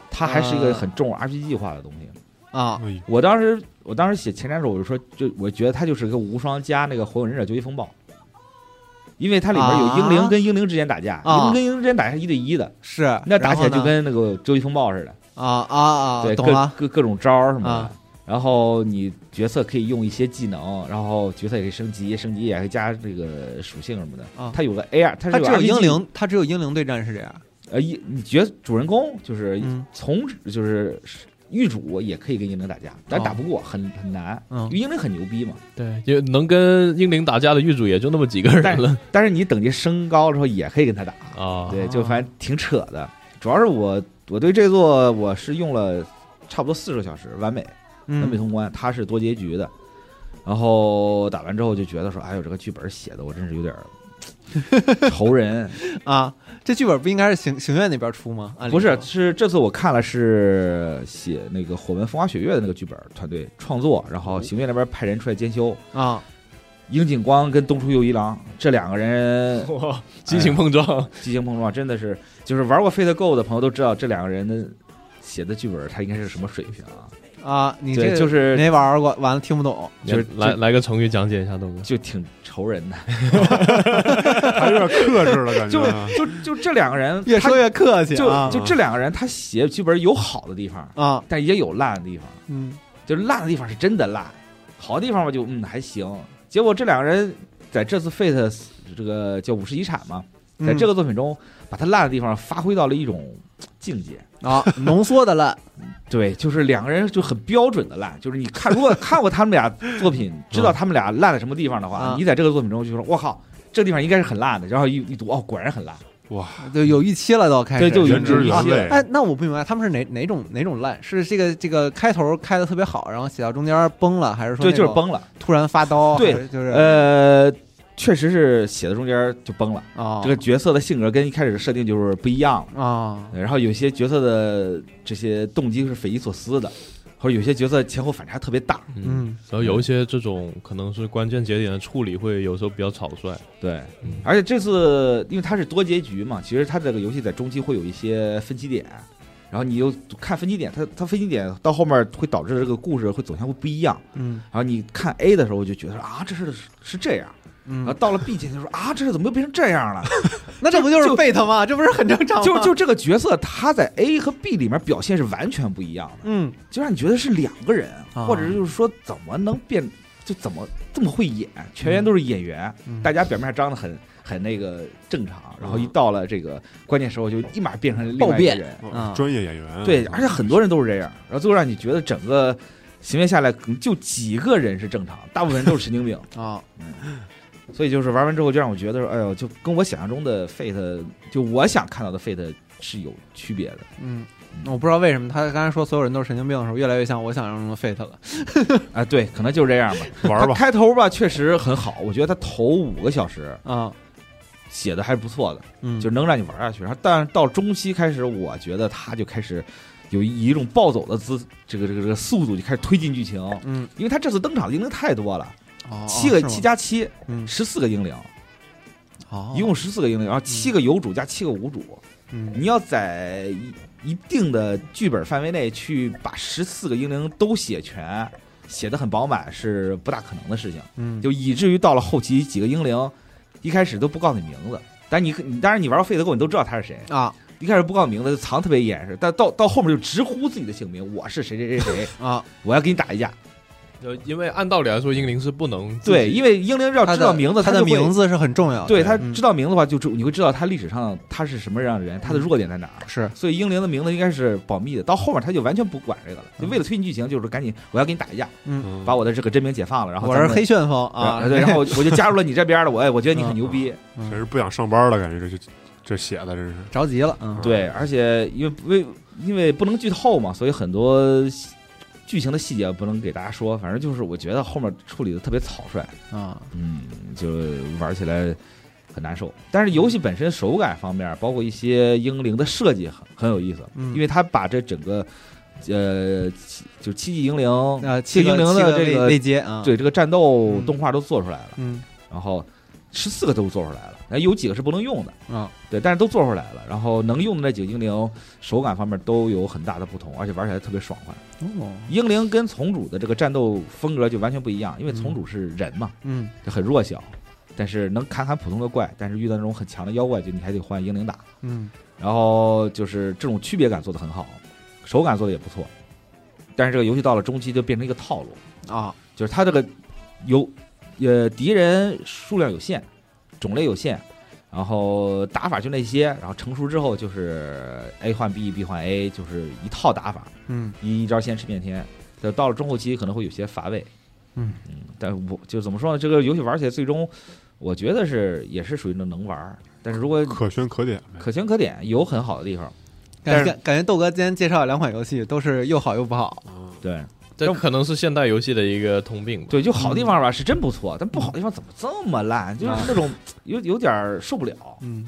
S5: 它还是一个
S2: 呃
S5: 很重 RPG 化的东西。
S2: 啊，
S4: 哎呦
S5: 我当时我当时写前瞻的时候，我就说，就我觉得它就是个无双加那个火影忍者究极风暴，因为它里面有英灵
S2: 啊
S5: 跟英灵之间打架，
S2: 啊
S5: 英灵跟英灵之间打架是一对一的，
S2: 是
S5: 那打起来
S2: 然后呢
S5: 就跟那个究极风暴似的，
S2: 啊啊啊，
S5: 对，
S2: 懂
S5: 各
S2: 了
S5: 各各种招儿什么的。
S2: 啊
S5: 然后你角色可以用一些技能，然后角色也可以升级，升级也可以加这个属性什么的。
S2: 啊
S5: 它有个 AR，它是
S2: 它只有
S5: RPG
S2: 英，灵，它只有英灵对战是这样。
S5: 呃，一你角主人公就是
S2: 嗯
S5: 从就是狱主也可以跟英灵打架，但打不过，很很难。
S2: 哦嗯
S5: 因为英灵很牛
S2: *laughs*
S5: 逼嘛，
S3: 对，因为能跟英灵打架的狱主也就那么几个人了
S5: 但是你等级升高了之后也可以跟他打，
S2: 哦
S3: 啊。
S5: 对，就反正挺扯的。主要是我我对这座我是用了差不多四十个小时，完美完美
S2: 嗯，
S5: 通关，它是多结局的。然后打完之后就觉得说，哎呦，这个剧本写的我真是有
S2: *laughs*
S5: 点儿愁人。
S2: 啊，这剧本不应该是行行院那边出吗？按理
S5: 不是，
S2: 说
S5: 是这次我看了是写那个《火纹风花雪月》的那个剧本团队创作，然
S2: 哦
S5: 后行月那边派人出来监修。
S2: 啊，
S5: 樱井光跟东出佑一郎这两个
S2: *laughs*
S5: 人
S3: 哇，激情碰撞，
S5: 激情碰撞，真的是就是玩过《Fate Go》的朋友都知道，这两个人的写的剧本他应该是什么水平啊？
S2: 啊，你
S5: 对
S2: 这
S5: 就是
S2: 没玩过，完了听不懂。
S5: 就是
S3: 来来个成语讲解一下，豆哥。
S5: 就挺愁人的，
S4: 还有点克制了，感觉
S5: 就
S4: 啊
S5: 就就这两个人，
S2: 越说越客气
S5: 就
S2: 啊
S5: 就这两个人，他写剧本有好的地方，
S2: 啊，
S5: 但也有烂的地方。
S2: 嗯
S5: 就是烂的地方是真的烂，好的地方吧就嗯还行。结果这两个人在这次 Fate 这个叫五十遗产嘛，在
S2: 嗯
S5: 这个作品中，把它烂的地方发挥到了一种境界。
S2: 啊，浓缩的烂，
S5: 对，就是两个人就很标准的烂，就是你看，如 *laughs* 果看过他们俩作品，知道他们俩烂在什么地方的话，
S2: 啊
S5: 你在这个作品中就说，我靠，这个地方应该是很烂的，然后一一读，哦，果然很烂，
S4: 哇，
S2: 就有一期了都开始。
S5: 对，就
S4: 原汁
S5: 有
S4: 原
S5: 一些
S4: 味
S2: 哎，那我不明白他们是哪哪种哪种烂？是这个这个开头开的特别好，然后写到中间崩了，还是说
S5: 对，
S2: 那
S5: 就是
S2: 种
S5: 崩了，
S2: 突然发刀？
S5: 对
S2: 还是就是
S5: 呃，确实是写的中间就崩了，
S2: 啊
S5: 这个角色的性格跟一开始的设定就是不一样了。
S2: 啊
S5: 然后有些角色的这些动机是匪夷所思的，或者有些角色前后反差特别大。
S2: 嗯
S3: 然后有一些这种可能是关键节点的处理会有时候比较草率，
S5: 对
S3: 嗯，
S5: 而且这次因为它是多结局嘛，其实它这个游戏在中期会有一些分歧点，然后你又看分歧点，它它分歧点到后面会导致这个故事会走向会不一样。
S2: 嗯
S5: 然后你看 A 的时候就觉得啊，这事儿是是这样，然后
S2: 嗯，
S5: 到了 B 阶段就说啊，这事儿怎么又变成这样了？
S2: 那这不就是
S5: 就
S2: bait 吗？这不是很正常吗？*laughs*
S5: *laughs* 就就这个角色他在 A 和 B 里面表现是完全不一样的。
S2: 嗯
S5: 就让你觉得是两个人，
S2: 啊
S5: 或者就是说怎么能变，就怎么这么会演，全员都是演员，
S2: 嗯
S5: 大家表面上张的很很那个正常，然后一到了这个关键时候就立马变成另外一个人，
S2: 啊
S4: 专业演员，
S5: 嗯对，而且很多人都是这样，然后最后让你觉得整个行为下来可能就几个人是正常，大部分人都是神经病， *laughs*
S2: 啊
S5: 所以就是玩完之后就让我觉得说，哎呦，就跟我想象中的 Fate，就我想看到的 Fate 是有区别的，
S2: 嗯。我不知道为什么他刚才说所有人都是神经病的时候，越来越像我想象中的 Fate 了。
S5: 啊，对，可能就是这样吧。
S4: 玩
S5: 它
S4: 吧，
S5: 开头吧确实很好，我觉得它头五个小时
S2: 啊，
S5: 写的还是不错的，
S2: 嗯，
S5: 就是能让你玩下去。然后，但是到中期开始，我觉得它就开始有一一种暴走的姿，这个这个这个速度就开始推进剧情。
S2: 嗯，
S5: 因为它这次登场的英灵太多了，
S2: 哦
S5: 七个七，
S2: 哦
S5: 加七，
S2: 是吗嗯，
S5: 十四个英灵，
S2: 哦
S5: 一共十四个英灵，然后七个有主加七个无主。
S2: 嗯
S5: 你要在一一定的剧本范围内去把十四个英灵都写全，写的很饱满是不大可能的事情。
S2: 嗯，
S5: 就以至于到了后期几个英灵，一开始都不告诉你名字，但你你当然你玩过费德够，你都知道他是谁，
S2: 啊
S5: 一开始不告诉名字，就藏特别严实，但到到后面就直呼自己的姓名，我是谁谁谁谁，
S2: 啊，
S5: 我要跟你打一架。
S3: 呃，因为按道理来说，英灵是不能自己
S5: 对，因为英灵要
S2: 他
S5: 知道
S2: 的
S5: 名字，
S2: 他
S5: 他
S2: 的
S5: 就会
S2: 名，字是很重要的。
S5: 对他
S2: 嗯
S5: 知道名字的话，就知你会知道他历史上他是什么样的人，
S2: 嗯
S5: 他的弱点在哪儿。
S2: 是
S5: 所以英灵的名字应该是保密的，到后面他就完全不管这个了，
S2: 嗯
S5: 就为了推进剧情，就是赶紧我要跟你打一架，
S4: 嗯
S5: 把我的这个真名解放了，然后
S2: 我
S5: 咱
S2: 是
S5: 们呃
S2: 黑旋风啊， *laughs* 嗯
S5: 对，然后我就加入了你这边的，我哎我觉得你很牛逼，
S4: 真是不想上班了，感觉这这这写的真是，
S2: 着急了，嗯，
S5: 对，而且因为为因为不能剧透嘛，所以很多细剧情的细节不能给大家说。反正就是我觉得后面处理的特别草率，
S2: 啊，
S5: 嗯，就玩起来很难受。但是游戏本身手感方面，包括一些英灵的设计很很有意思，
S2: 嗯
S5: 因为它把这整个呃七就是七级英灵
S2: 呃，七个
S5: 啊英灵
S2: 七
S5: 哦的
S2: 个
S5: 这
S2: 位
S5: 个
S2: 位阶啊，，
S5: 对这个战斗
S2: 嗯
S5: 动画都做出来了，
S2: 嗯
S5: 然后十四个都做出来了，然后有几个是不能用的。
S2: 啊，
S5: 对，但是都做出来了，然后能用的那几个英灵手感方面都有很大的不同，而且玩起来特别爽快。
S2: 哦，
S5: 英灵跟从主的这个战斗风格就完全不一样，因为从主是人嘛，
S2: 嗯
S5: 就很弱小，但是能砍砍普通的怪，但是遇到那种很强的妖怪，就你还得换英灵打。
S2: 嗯
S5: 然后就是这种区别感做得很好，手感做得也不错，但是这个游戏到了中期就变成一个套路，
S2: 啊，
S5: 就是它这个有呃敌人数量有限，种类有限，然后打法就那些，然后成熟之后就是 A 换 B，B 换 A，就是一套打法，
S2: 嗯
S5: 一一招先吃遍天。就到了中后期可能会有些乏味，
S2: 嗯
S5: 但我就怎么说呢？这个游戏玩起来最终，我觉得是也是属于能能玩儿，但是如果
S4: 可圈可点呗。
S5: 可圈可点，有很好的地方，但
S2: 感
S5: 是
S2: 感感觉豆哥今天介绍的两款游戏都是又好又不好，
S4: 嗯
S5: 对
S3: 这可能是现代游戏的一个通病吧。
S5: 对，就好地方吧是真不错，但不好地方怎么这么烂？就是那种有有点儿受不了，
S2: 嗯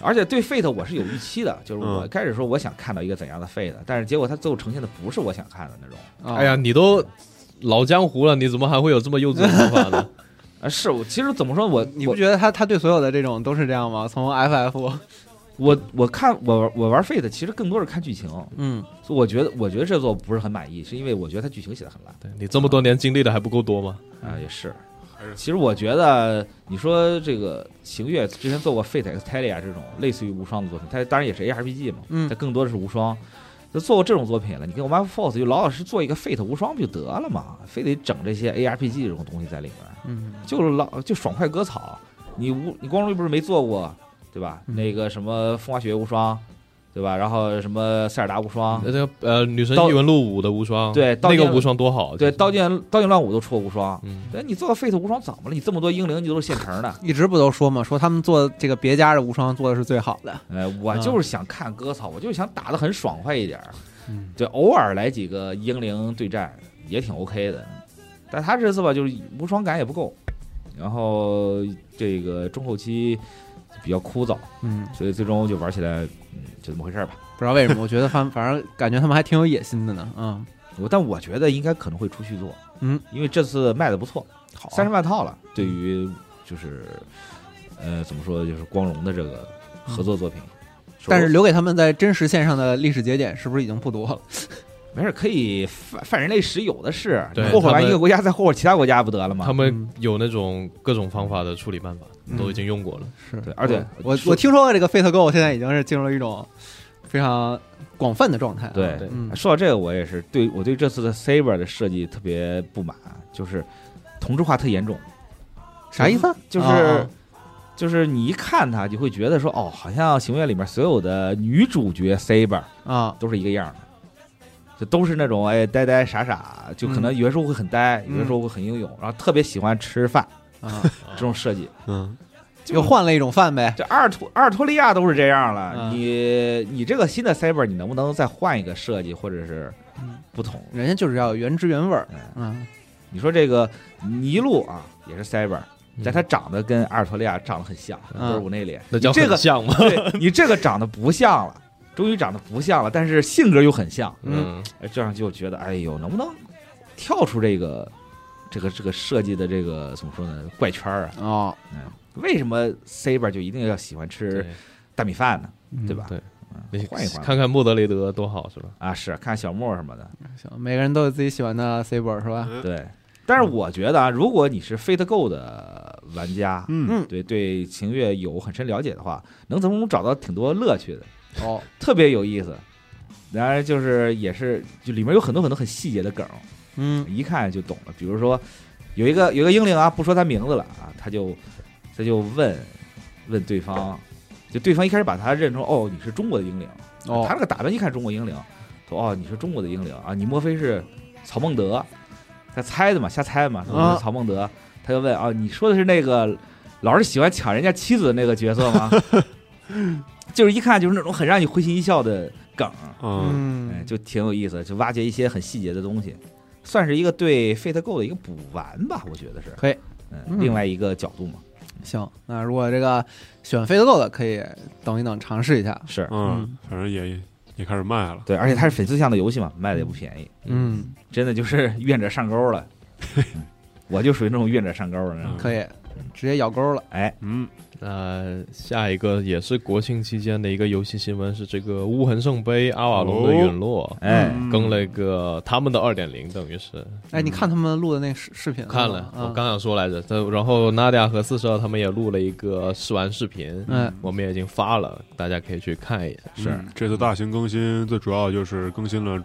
S5: 而且对 Fate 我是有预期的，就是我
S4: 嗯
S5: 开始说我想看到一个怎样的 Fate，但是结果它最后呈现的不是我想看的那种。
S2: 啊
S3: 哎呀，你都老江湖了，你怎么还会有这么幼稚的想法
S5: *laughs*
S3: 呢？
S5: 啊，是我其实怎么说，我
S2: 你不
S5: 我
S2: 觉得他他对所有的这种都是这样吗？从 FF，
S5: 我我看我我玩 Fate 其实更多是看剧情，
S2: 嗯
S5: 所以我觉得我觉得这作不是很满意，是因为我觉得它剧情写的很烂
S3: 对你这么多年经历的还不够多吗？
S5: 啊、也是
S4: 嗯还是。
S5: 其实我觉得你说这个行月之前做过 Fate x t e l i a 这种类似于无双的作品，它当然也是 ARPG 嘛，
S2: 嗯
S5: 它更多的是无双。就做过这种作品了，你跟我 m a f Force 就老老实实做一个 Fate 无双不就得了嘛，非得整这些 ARPG 这种东西在里面。
S2: 嗯
S5: 就是老就爽快割草。你无你光荣又不是没做过，对吧？
S2: 嗯
S5: 那个什么风花雪月无双，对吧？然后什么塞尔达无双，
S2: 嗯
S3: 那个呃，女神
S5: 到
S3: 异闻录五的无双，
S5: 啊对到
S3: 那个
S5: 电
S3: 无双多好，啊
S5: 对，
S3: 就是
S5: 刀剑刀剑乱舞都出过无双。
S3: 嗯，
S5: 哎，你做到 Fate 无双怎么了？你这么多英灵，你都是现成的。
S2: 一直不都说嘛，说他们做这个别家的无双做的是最好的，
S5: 呃，我就是想看割草，我就是想打得很爽快一点儿。
S2: 嗯，
S5: 对，偶尔来几个英灵对战也挺 OK 的，但他这次吧，就是无双感也不够，然后这个中后期比较枯燥，
S2: 嗯，
S5: 所以最终就玩起来，嗯，就这么回事儿吧。
S2: 不知道为什么，我觉得反反正感觉他们还挺有野心的呢，嗯
S5: 我但我觉得应该可能会出续作，
S2: 嗯，
S5: 因为这次卖的不错，
S2: 好啊
S5: 三十万套了，对于就是呃怎么说就是光荣的这个合作作品，手
S2: 嗯但是留给他们在真实线上的历史节点是不是已经不多了？
S5: 没事可以犯犯人类史有的是，
S3: 对
S5: 你霍霍
S3: 他
S5: 完
S3: 们
S5: 一个国家再霍霍其他国家不得了吗？
S3: 他们
S2: 嗯
S3: 有那种各种方法的处理办法，
S5: 嗯
S3: 都已经用过了。
S2: 是
S5: 对而且
S2: 我我
S5: 说
S2: 我听说这个 Fate Go 现在已经是进入了一种非常广泛的状态啊，
S5: 对
S3: 对
S2: 嗯
S5: 说到这个，我也是对我对这次的 Saber 的设计特别不满，就是同质化特严重。
S2: 啥意思啊？
S5: 就是、
S2: 啊
S5: 就是你一看它，就会觉得说，哦，好像《行愿》里面所有的女主角 Saber
S2: 啊，
S5: 都是一个样儿的，就都是那种哎呆呆傻傻，就
S3: 嗯
S5: 可能有的时候会很呆，有的时候会很英勇，然后特别喜欢吃饭 *laughs*
S2: 啊，
S5: 这种设计。
S4: 嗯，
S2: 又换了一种饭呗，
S5: 这阿尔托阿尔托利亚都是这样了，
S2: 嗯
S5: 你你这个新的 Cyber 你能不能再换一个设计或者是
S2: 嗯
S5: 不同？
S2: 人家就是要原汁原味儿
S5: 哎，
S2: 嗯
S5: 你说这个尼禄啊，也是 Cyber，但
S3: 嗯
S5: 嗯他长得跟阿尔托利亚长得很像，
S2: 嗯
S5: 都是我那脸。
S3: 那叫
S5: 这个
S3: 很像吗？
S5: 对你这个长得不像了，终于长得不像了，但是性格又很像，
S2: 嗯
S3: 嗯，
S5: 哎这样就觉得哎呦，能不能跳出这个这个这个设计的这个怎么说呢怪圈儿啊？
S2: 哦，
S5: 为什么 Cyber 就一定要喜欢吃
S3: 对
S5: 大米饭呢？对吧？
S3: 对
S5: 嗯，
S3: 你
S5: 换一换吧
S3: 看看莫德雷德多好，是吧？
S5: 啊，是看小莫什么的，
S2: 嗯行，每个人都有自己喜欢的 saber 是吧？
S5: 对。但是我觉得啊，如果你是 Fate Go 的玩家，
S4: 嗯，
S5: 对对晴月有很深了解的话，能从中找到挺多乐趣的，
S2: 哦，
S5: 特别有意思。然而就是也是就里面有很多很多很细节的梗，
S2: 嗯
S5: 一看就懂了。比如说有一个有一个英灵啊，不说他名字了啊，他就他就问问对方，就对方一开始把他认成哦你是中国的英灵，
S2: 哦
S5: 他那个打扮一看中国英灵，说哦你是中国的英灵啊，你莫非是曹孟德？他猜的嘛，瞎猜的嘛，说我
S2: 啊
S5: 是曹孟德，他就问啊你说的是那个老是喜欢抢人家妻子的那个角色
S2: *laughs*
S5: 吗？就是一看就是那种很让你会心一笑的梗，
S4: 嗯，
S5: 哎，
S2: 嗯，
S5: 就挺有意思，就挖掘一些很细节的东西，算是一个对 Fate Go 的一个补完吧，我觉得是
S2: 可以，
S5: 嗯，
S2: 嗯
S5: 另外一个角度嘛，
S2: 行，那如果这个选 Fate Go 的可以等一等，尝试一下。
S5: 是
S4: 嗯，反正也也开始卖了，
S5: 对，而且它是粉丝向的游戏嘛，卖的也不便宜，
S2: 嗯，
S5: 真的就是愿者上钩了，我就属于那种愿者上钩的人
S4: 嗯，
S2: 可以，直接咬钩了。
S5: 哎，
S4: 嗯，
S3: 那下一个也是国庆期间的一个游戏新闻是这个《乌痕圣杯：阿瓦隆的陨落》
S5: 哎
S4: 嗯
S3: 更了一个他们的二点零，等于是
S2: 哎，
S5: 嗯
S2: 你看他们录的那视视频吗
S3: 看了，我
S2: 啊
S3: 刚想说来着，这然后娜迪亚和四十二他们也录了一个试玩视频，
S2: 嗯，
S3: 我们也已经发了，大家可以去看一眼。
S5: 是
S4: 嗯这次大型更新最主要就是更新了，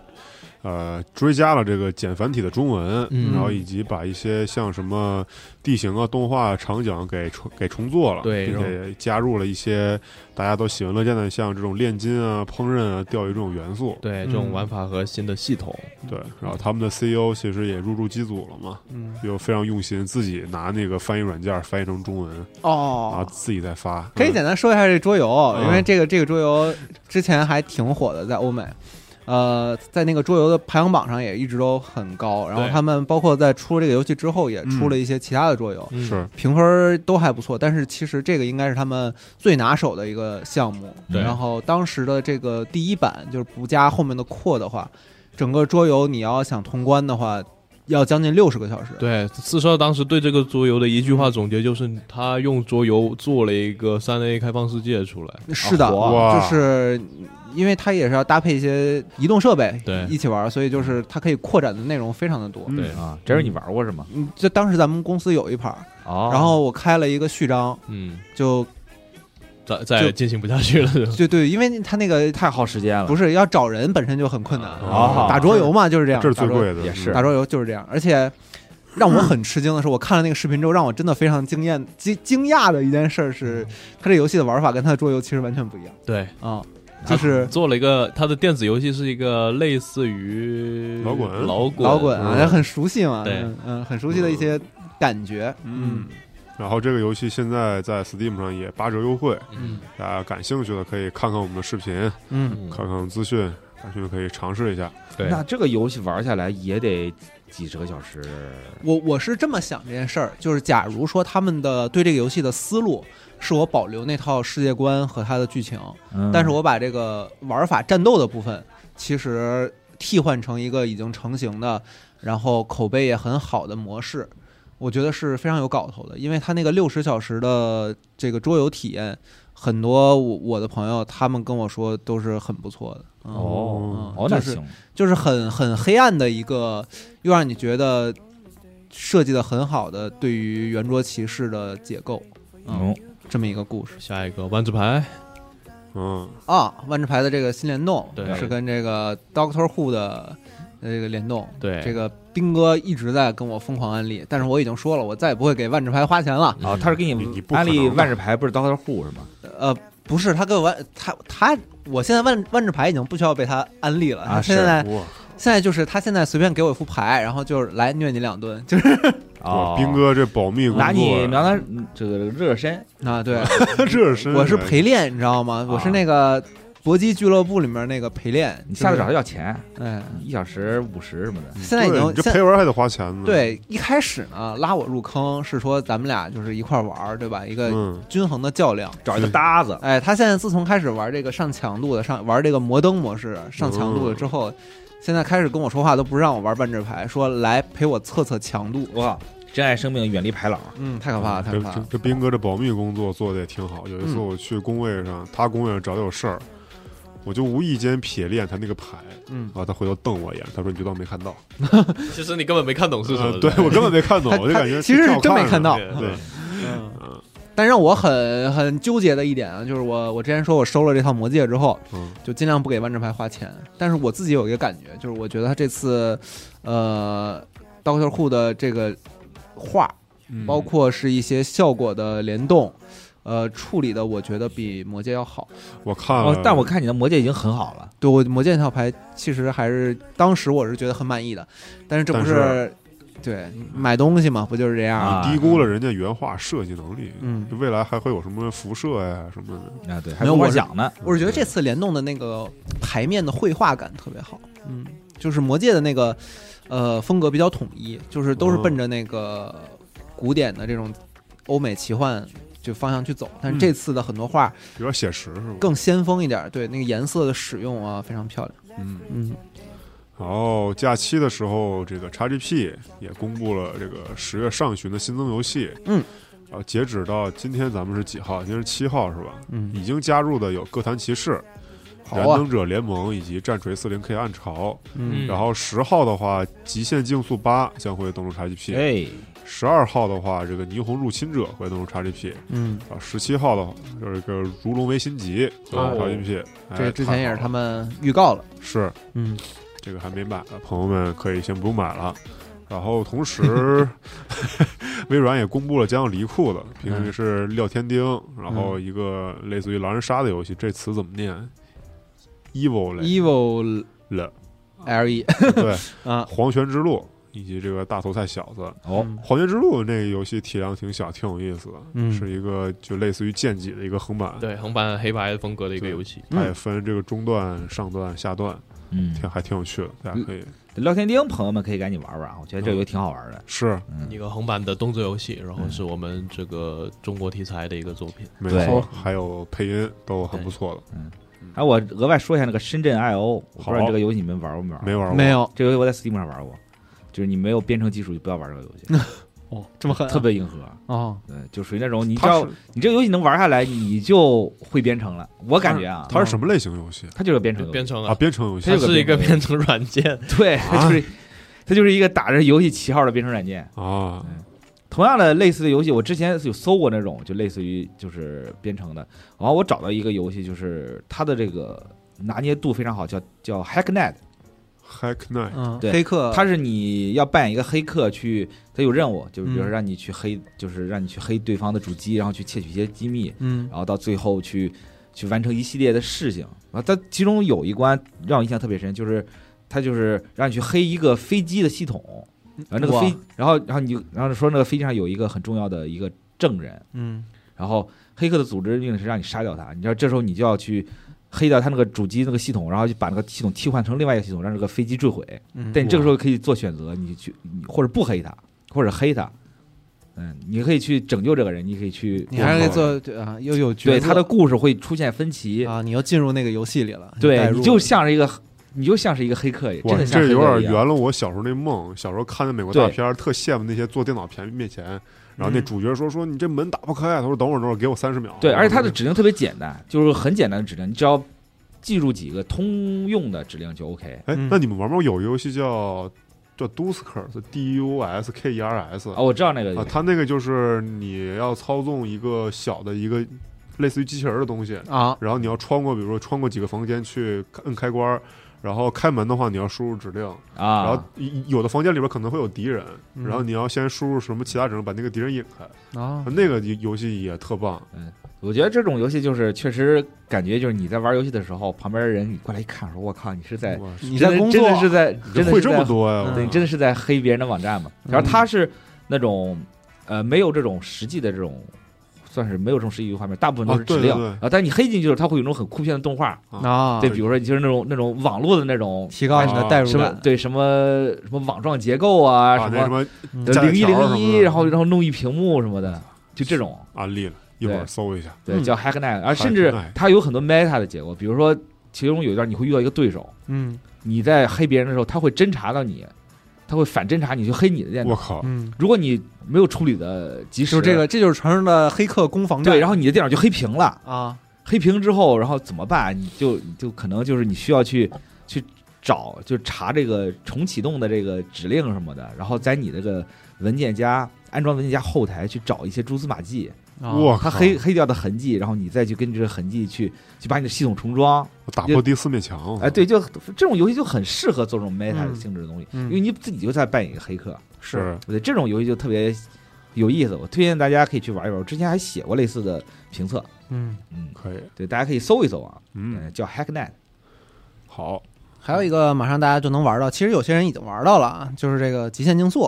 S4: 呃，追加了这个简繁体的中文，
S3: 嗯
S4: 然后以及把一些像什么地形啊、动画场景给重给重做了，
S3: 对
S4: 并且加入了一些大家都喜闻乐见的，像这种炼金啊、烹饪啊、钓鱼这种元素。
S3: 对，这种玩法和新的系统，
S4: 对，然后他们的 CEO 其实也入驻机组了嘛，
S2: 嗯，
S4: 又非常用心，自己拿那个翻译软件翻译成中文，然后
S2: 哦，
S4: 自己再发。
S2: 可以
S4: 嗯
S2: 简单说一下这桌游，
S4: 嗯
S2: 因为这个这个桌游之前还挺火的，在欧美。呃，在那个桌游的排行榜上也一直都很高，然后
S3: 对
S2: 他们包括在出这个游戏之后，也出了一些其他的桌游，
S3: 嗯
S4: 是，
S2: 评分都还不错，但是其实这个应该是他们最拿手的一个项目。
S3: 对
S2: 然后当时的这个第一版就是不加后面的扩的话，整个桌游你要想通关的话，要将近六十个小时。，
S3: 对，四十二当时对这个桌游的一句话总结就是，他用桌游做了一个三 A 开放世界出来。
S2: 是的，
S5: 哇
S4: 哇，
S2: 就是因为它也是要搭配一些移动设备
S3: 对
S2: 一起玩，所以就是它可以扩展的内容非常的多。
S4: 嗯
S3: 对
S5: 啊，这是你玩过是吗？
S2: 嗯，就当时咱们公司有一盘儿，
S5: 哦，
S2: 然后我开了一个序章，
S3: 嗯，
S2: 就
S3: 再
S2: 就
S3: 再进行不下去了。是吧
S2: 就对，因为它那个
S5: 太耗时间了，
S2: 不
S5: 是
S2: 是要找人本身就很困难，
S3: 啊
S5: 哦
S2: 打桌游嘛就是这样，
S4: 这是最
S2: 打桌游
S4: 贵的，
S5: 也是
S2: 打桌游就是这样，而且让我很吃惊的是，我看了那个视频之后，让我真的非常惊艳、惊惊讶的一件事是，它这游戏的玩法跟它的桌游其实完全不一样
S3: 对，
S2: 啊、就是
S3: 做了一个它的电子游戏是一个类似于
S4: 老滚
S3: 老滚
S2: 老滚啊，
S4: 嗯
S2: 也很熟悉嘛，
S3: 对
S2: 嗯，嗯很熟悉的一些感觉，嗯，
S4: 然后这个游戏现在在 Steam 上也八折优惠，
S3: 嗯
S4: 大家感兴趣的可以看看我们的视频，
S2: 嗯，
S3: 嗯
S4: 看看资讯，感兴趣可以尝试一下。
S3: 对
S5: 那这个游戏玩下来也得几十个小时，
S2: 我我是这么想这件事儿，就是假如说他们的对这个游戏的思路是我保留那套世界观和它的剧情，
S5: 嗯
S2: 但是我把这个玩法战斗的部分，其实替换成一个已经成型的，然后口碑也很好的模式，我觉得是非常有搞头的，因为它那个六十小时的这个桌游体验，很多我我的朋友他们跟我说都是很不错的。嗯、
S5: 哦
S2: 嗯
S5: 哦
S2: 就
S5: 那
S2: 是
S5: 行，
S2: 就是很很黑暗的一个，又让你觉得设计的很好的对于圆桌骑士的解构，嗯，
S5: 嗯，
S2: 这么一个故事
S3: 下一个万智牌，
S4: 嗯，
S2: 啊。万智牌的这个新联动，
S3: 对
S2: 是跟这个 Doctor Who 的呃这个联动。
S3: 对
S2: 这个兵哥一直在跟我疯狂安利，但是我已经说了，我再也不会给万智牌花钱了。
S5: 哦，他是给
S4: 你你
S5: 你
S4: 不可
S5: 安
S4: 能
S5: 利
S4: 吧
S5: 万智牌，不是 Doctor Who 是吗？
S2: 呃，不是，他给我万他他，我现在万万智牌已经不需要被他安利了，
S5: 啊
S2: 他现
S5: 是
S2: 在
S4: 哇，
S2: 现在就是他现在随便给我一副牌，然后就是来虐你两顿，就是。
S5: 哦，
S4: 兵哥这保密工作，
S5: 拿你让他这个热热身，
S2: 啊，对，
S4: 热身，
S2: 我是陪练，你知道吗？我是那个搏击俱乐部里面那个陪练。
S5: 你下
S2: 就
S5: 次
S2: 是
S5: 找他要钱，
S2: 哎，
S5: 一小时五十什么的。
S2: 现在已
S4: 对
S2: 经
S4: 你这
S2: 现
S4: 陪玩还得花钱呢。，
S2: 对一开始呢，拉我入坑是说咱们俩就是一块儿玩儿，对吧？一个
S4: 嗯，
S2: 均衡的较量。
S5: 找一个搭子，
S2: 哎，他现在自从开始玩这个上强度的上玩这个摩登模式上强度了之后，现在开始跟我说话都不让我玩万智牌，说来陪我测测强度。
S5: 哇，珍爱生命，远离牌佬。
S2: 嗯，太可怕了，太
S4: 这
S2: 可怕
S4: 这
S2: 了。嗯
S4: 这兵哥这保密工作做的也挺好。有一次我去工位上，他工位上找他有事儿，我就无意间瞥了一眼他那个牌，
S2: 嗯
S4: 然后他回头瞪我一眼，他说：“你就当没看到。
S3: *laughs* 其实你根本没看懂是什么
S4: 呃，，对我根本没看懂，
S2: 他
S4: 我就感觉
S2: 他其实是
S4: 挺好
S2: 真没
S4: 的
S2: 看到
S4: 对，
S2: 但让我很很纠结的一点啊，就是我我之前说我收了这套魔戒之后，
S4: 嗯
S2: 就尽量不给万智牌花钱。但是我自己有一个感觉，就是我觉得他这次，呃，Doctor Who 的这个画，
S4: 嗯
S2: 包括是一些效果的联动，呃，处理的我觉得比魔戒要好。
S4: 我看
S5: 哦
S4: 了，，
S5: 但我看你的魔戒已经很好了，
S2: 对我魔戒那套牌，其实还是当时我是觉得很满意的，但是这不
S4: 但
S2: 是对买东西嘛，不就是这样
S5: 啊
S4: 你低估了人家原画设计能力。
S2: 嗯，
S4: 未来还会有什么辐射呀什么的？
S5: 啊，对，还
S2: 没有
S5: 跟我
S2: 我是
S5: 讲呢，
S2: 我是觉得这次联动的那个牌面的绘画感特别好，嗯，就是魔界的那个呃风格比较统一，就是都是
S5: 哦
S2: 奔着那个古典的这种欧美奇幻就方向去走，但是
S5: 嗯
S2: 这次的很多画
S4: 有点写实是吧？
S2: 更先锋一点，对那个颜色的使用啊非常漂亮，
S4: 嗯。
S2: 嗯
S4: 然后假期的时候，这个 XGP 也公布了这个十月上旬的新增游戏。
S2: 嗯，
S4: 然后截止到今天咱们是几号？今天是七号是吧？
S2: 嗯，
S4: 已经加入的有《哥谭骑士》
S2: 好
S4: 燃
S2: 啊
S4: 灯，者联盟》以及《战锤 40K 暗潮》
S2: 嗯
S3: 嗯
S4: 然后十号的话，《极限竞速八》将会登陆 XGP；
S5: 哎，
S4: 十二号的话，这个《霓虹入侵者》会登陆 XGP；
S2: 嗯，
S4: 啊，十七号的话就是这个《如龙维新集》登陆
S3: 哦
S4: XGP。
S2: 这
S5: 哎
S2: 个之前也是
S4: 哎他
S2: 他们预告了，
S4: 是
S2: 嗯，
S4: 这个还没买的朋友们可以先不用买了。然后
S2: *laughs*
S4: 同时，微软也公布了将要离库的，
S2: 嗯
S4: 平时是廖天丁，然后一个类似于狼人杀的游戏，这词怎么念
S2: E
S4: ？Evil 嘞
S2: Evil
S4: 了，
S2: L E
S4: 对，
S2: *laughs* 啊，
S4: 黄泉之路以及这个大头菜小子。
S5: 哦，
S2: 嗯
S4: 黄泉之路那个游戏体量挺小，挺有意思的，
S2: 嗯
S4: 是一个就类似于剑戟的一个横版，
S3: 对横版黑白风格的一个游
S2: 嗯
S3: 戏，
S4: 它也分这个中段、上段、下段，
S5: 嗯，
S4: 挺还挺有趣的，大
S2: 嗯
S4: 家可以
S5: 聊天钉朋友们可以赶紧玩玩啊，我觉得这个游戏挺好玩的。
S4: 是
S3: 一个横版的动作游戏，然后是我们这个中国题材的一个作品。
S4: 没
S5: 对
S4: 错，还有配音都很不错的，
S5: 哎，我额外说一下那个深圳 I O，我不知道
S4: 好
S5: 这个游戏你们玩过没玩？
S4: 没玩过
S2: 没有
S5: 这游戏我在 Steam 上玩过，就是你没有编程基础就不要玩这个游戏，
S2: 哦，这么狠啊
S5: 特别硬核。
S2: 哦，
S5: 对，就属于那种你只
S4: 它
S5: 要
S4: 是
S5: 你这个游戏能玩下来，你就会编程了。我感觉啊，
S4: 它是什么类型游
S2: 嗯
S4: 戏
S5: 它就是个编程游戏
S3: 编程
S4: 啊？
S3: 啊，
S4: 编程游戏
S3: 它是一个
S5: 编
S3: 编程软件，
S5: 对，它就是、它就是一个打着游戏旗号的编程软件。
S4: 啊？
S5: 同样的类似的游戏，我之前有搜过那种，就类似于就是编程的。然后我找到一个游戏，就是它的这个拿捏度非常好，叫叫 HackNet，
S4: Hack Night，
S2: 嗯，
S5: 对
S2: 黑客
S5: 它是你要扮演一个黑客去，它有任务，就是比如说
S2: 嗯
S5: 让你去黑，就是让你去黑对方的主机，然后去窃取一些机密，
S2: 嗯
S5: 然后到最后去去完成一系列的事情啊。它其中有一关让我印象特别深，就是它就是让你去黑一个飞机的系统，然后那个
S2: 哇
S5: 飞，然后然后你就然后说那个飞机上有一个很重要的一个证人，
S2: 嗯
S5: 然后黑客的组织命令是让你杀掉他，你知道这时候你就要去。黑掉他那个主机那个系统，然后就把那个系统替换成另外一个系统，让这个飞机坠毁。
S2: 嗯，
S5: 但你这个时候可以做选择，你去你或者不黑他，或者黑他。嗯，你可以去拯救这个人，你可以去
S2: 你还是得做对啊，又有角
S5: 对
S2: 色
S5: 他的故事会出现分歧，
S2: 啊，你又进入那个游戏里了，代
S5: 对，
S2: 入
S5: 你就像是一个，你就像是一个黑客，真
S4: 哇，
S5: 的像
S4: 这
S5: 黑
S4: 有
S5: 客
S4: 点
S5: 一
S4: 圆
S5: 样。
S4: 了我小时候那梦。小时候看的美国
S5: 对
S4: 大片儿，特羡慕那些坐电脑前面前，然后那
S2: 嗯
S4: 主角说说你这门打不开啊，他说等会儿等会儿，给我三十秒。
S5: 对，而且它
S4: 他
S5: 的指令特别简单，就是很简单的指令，你只要记住几个通用的指令就 OK。
S4: 哎
S2: 嗯，
S4: 那你们玩没玩有一个游戏叫叫 Duskers，D U S K E R S
S5: 啊，我知道那个
S4: 啊
S5: 游，戏，
S4: 它那个就是你要操纵一个小的一个类似于机器人儿的东西，
S2: 啊，
S4: 然后你要穿过，比如说穿过几个房间去摁开关儿，然后开门的话你要输入指令，然后
S5: 啊，
S4: 一有的房间里边可能会有敌人，
S2: 嗯
S4: 然后你要先输入什么其他指令把那个敌人引开，
S2: 啊，
S4: 那个游戏也特棒。
S5: 我觉得这种游戏就是确实感觉就是你在玩游戏的时候，旁边人过来一看，说我靠，你是在
S4: 哇
S2: 你在
S5: 真的
S2: 工
S5: 真
S2: 作
S5: 的是在真的是
S4: 会这
S5: 在
S4: 么多呀！
S2: 嗯
S4: 我
S5: 对，你真的是在黑别人的网站嘛？
S4: 嗯
S5: 然后他是那种呃没有这种实际的这种，算是没有这种实际的画面，大部分都
S4: 啊
S5: 是指
S4: 对
S5: 令
S4: 对对
S5: 啊。但你黑进去的时候，它会有一种很酷炫的动画，
S2: 啊，
S5: 对，比如说你就是那种那种网络的那种
S2: 提高你的代入
S5: 什么
S2: 感，
S5: 对什么什么网状结构啊，什
S4: 啊，那什
S5: 么
S4: 么
S2: 嗯
S4: 站
S5: 零一
S4: 啊桥什
S5: 零
S4: 么
S5: 一，
S4: 的
S5: 然后然后弄一屏幕什么的，就这种。
S4: 安利了，一会儿搜一下。
S5: 对，
S2: 嗯
S5: 叫 Hack Night，而
S4: Hack
S5: 甚至
S4: Night
S5: 它有很多 meta 的结构，比如说其中有一段你会遇到一个对手，
S2: 嗯
S5: 你在黑别人的时候，他会侦查到你，他会反侦查你去黑你的电脑
S4: 我。靠，
S2: 嗯，
S5: 如果你没有处理的及时，
S2: 就这个，这就是传说中的黑客攻防战，
S5: 对，然后你的电脑就黑屏了，
S2: 啊，
S5: 黑屏之后，然后怎么办？你就你就可能就是你需要去去找，就查这个重启动的这个指令什么的，然后在你这个文件夹安装文件夹后台去找一些蛛丝马迹，
S2: 啊
S4: 我
S5: 它
S4: 靠，
S5: 黑黑掉的痕迹，然后你再去根据这个痕迹去去把你的系统重装。
S4: 我打破第四面墙。
S5: 哎，对，就这种游戏就很适合做这种 meta
S2: 哦嗯
S5: 性质的东西，
S2: 嗯
S5: 因为你自己就在扮演一个黑客。
S4: 是
S5: 对这种游戏就特别有意思，我推荐大家可以去玩一玩。我之前还写过类似的评测，
S2: 嗯，
S5: 嗯，
S4: 可以，
S5: 对，大家可以搜一搜啊，
S4: 嗯，
S5: 嗯，叫 Hack Net，
S4: 好，
S2: 还有一个马上大家就能玩到，其实有些人已经玩到了啊，就是这个《极限竞速》，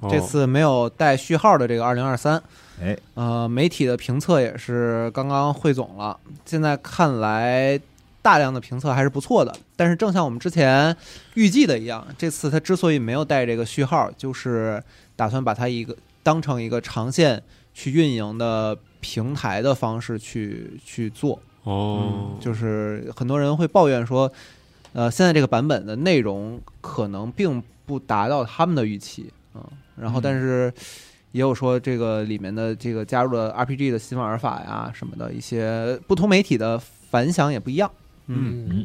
S4: 哦
S2: 这次没有带序号的这个二零二三，
S5: 哎，
S2: 呃，媒体的评测也是刚刚汇总了，现在看来大量的评测还是不错的。但是正像我们之前预计的一样，这次它之所以没有带这个序号，就是打算把它一个当成一个长线去运营的平台的方式去去做。
S4: 哦
S2: 嗯，，就是很多人会抱怨说，呃，现在这个版本的内容可能并不达到他们的预期啊、然后，
S5: 嗯
S2: 但是也有说这个里面的这个加入了 RPG 的新玩法呀什么的一些不同媒体的反响也不一样。
S5: 嗯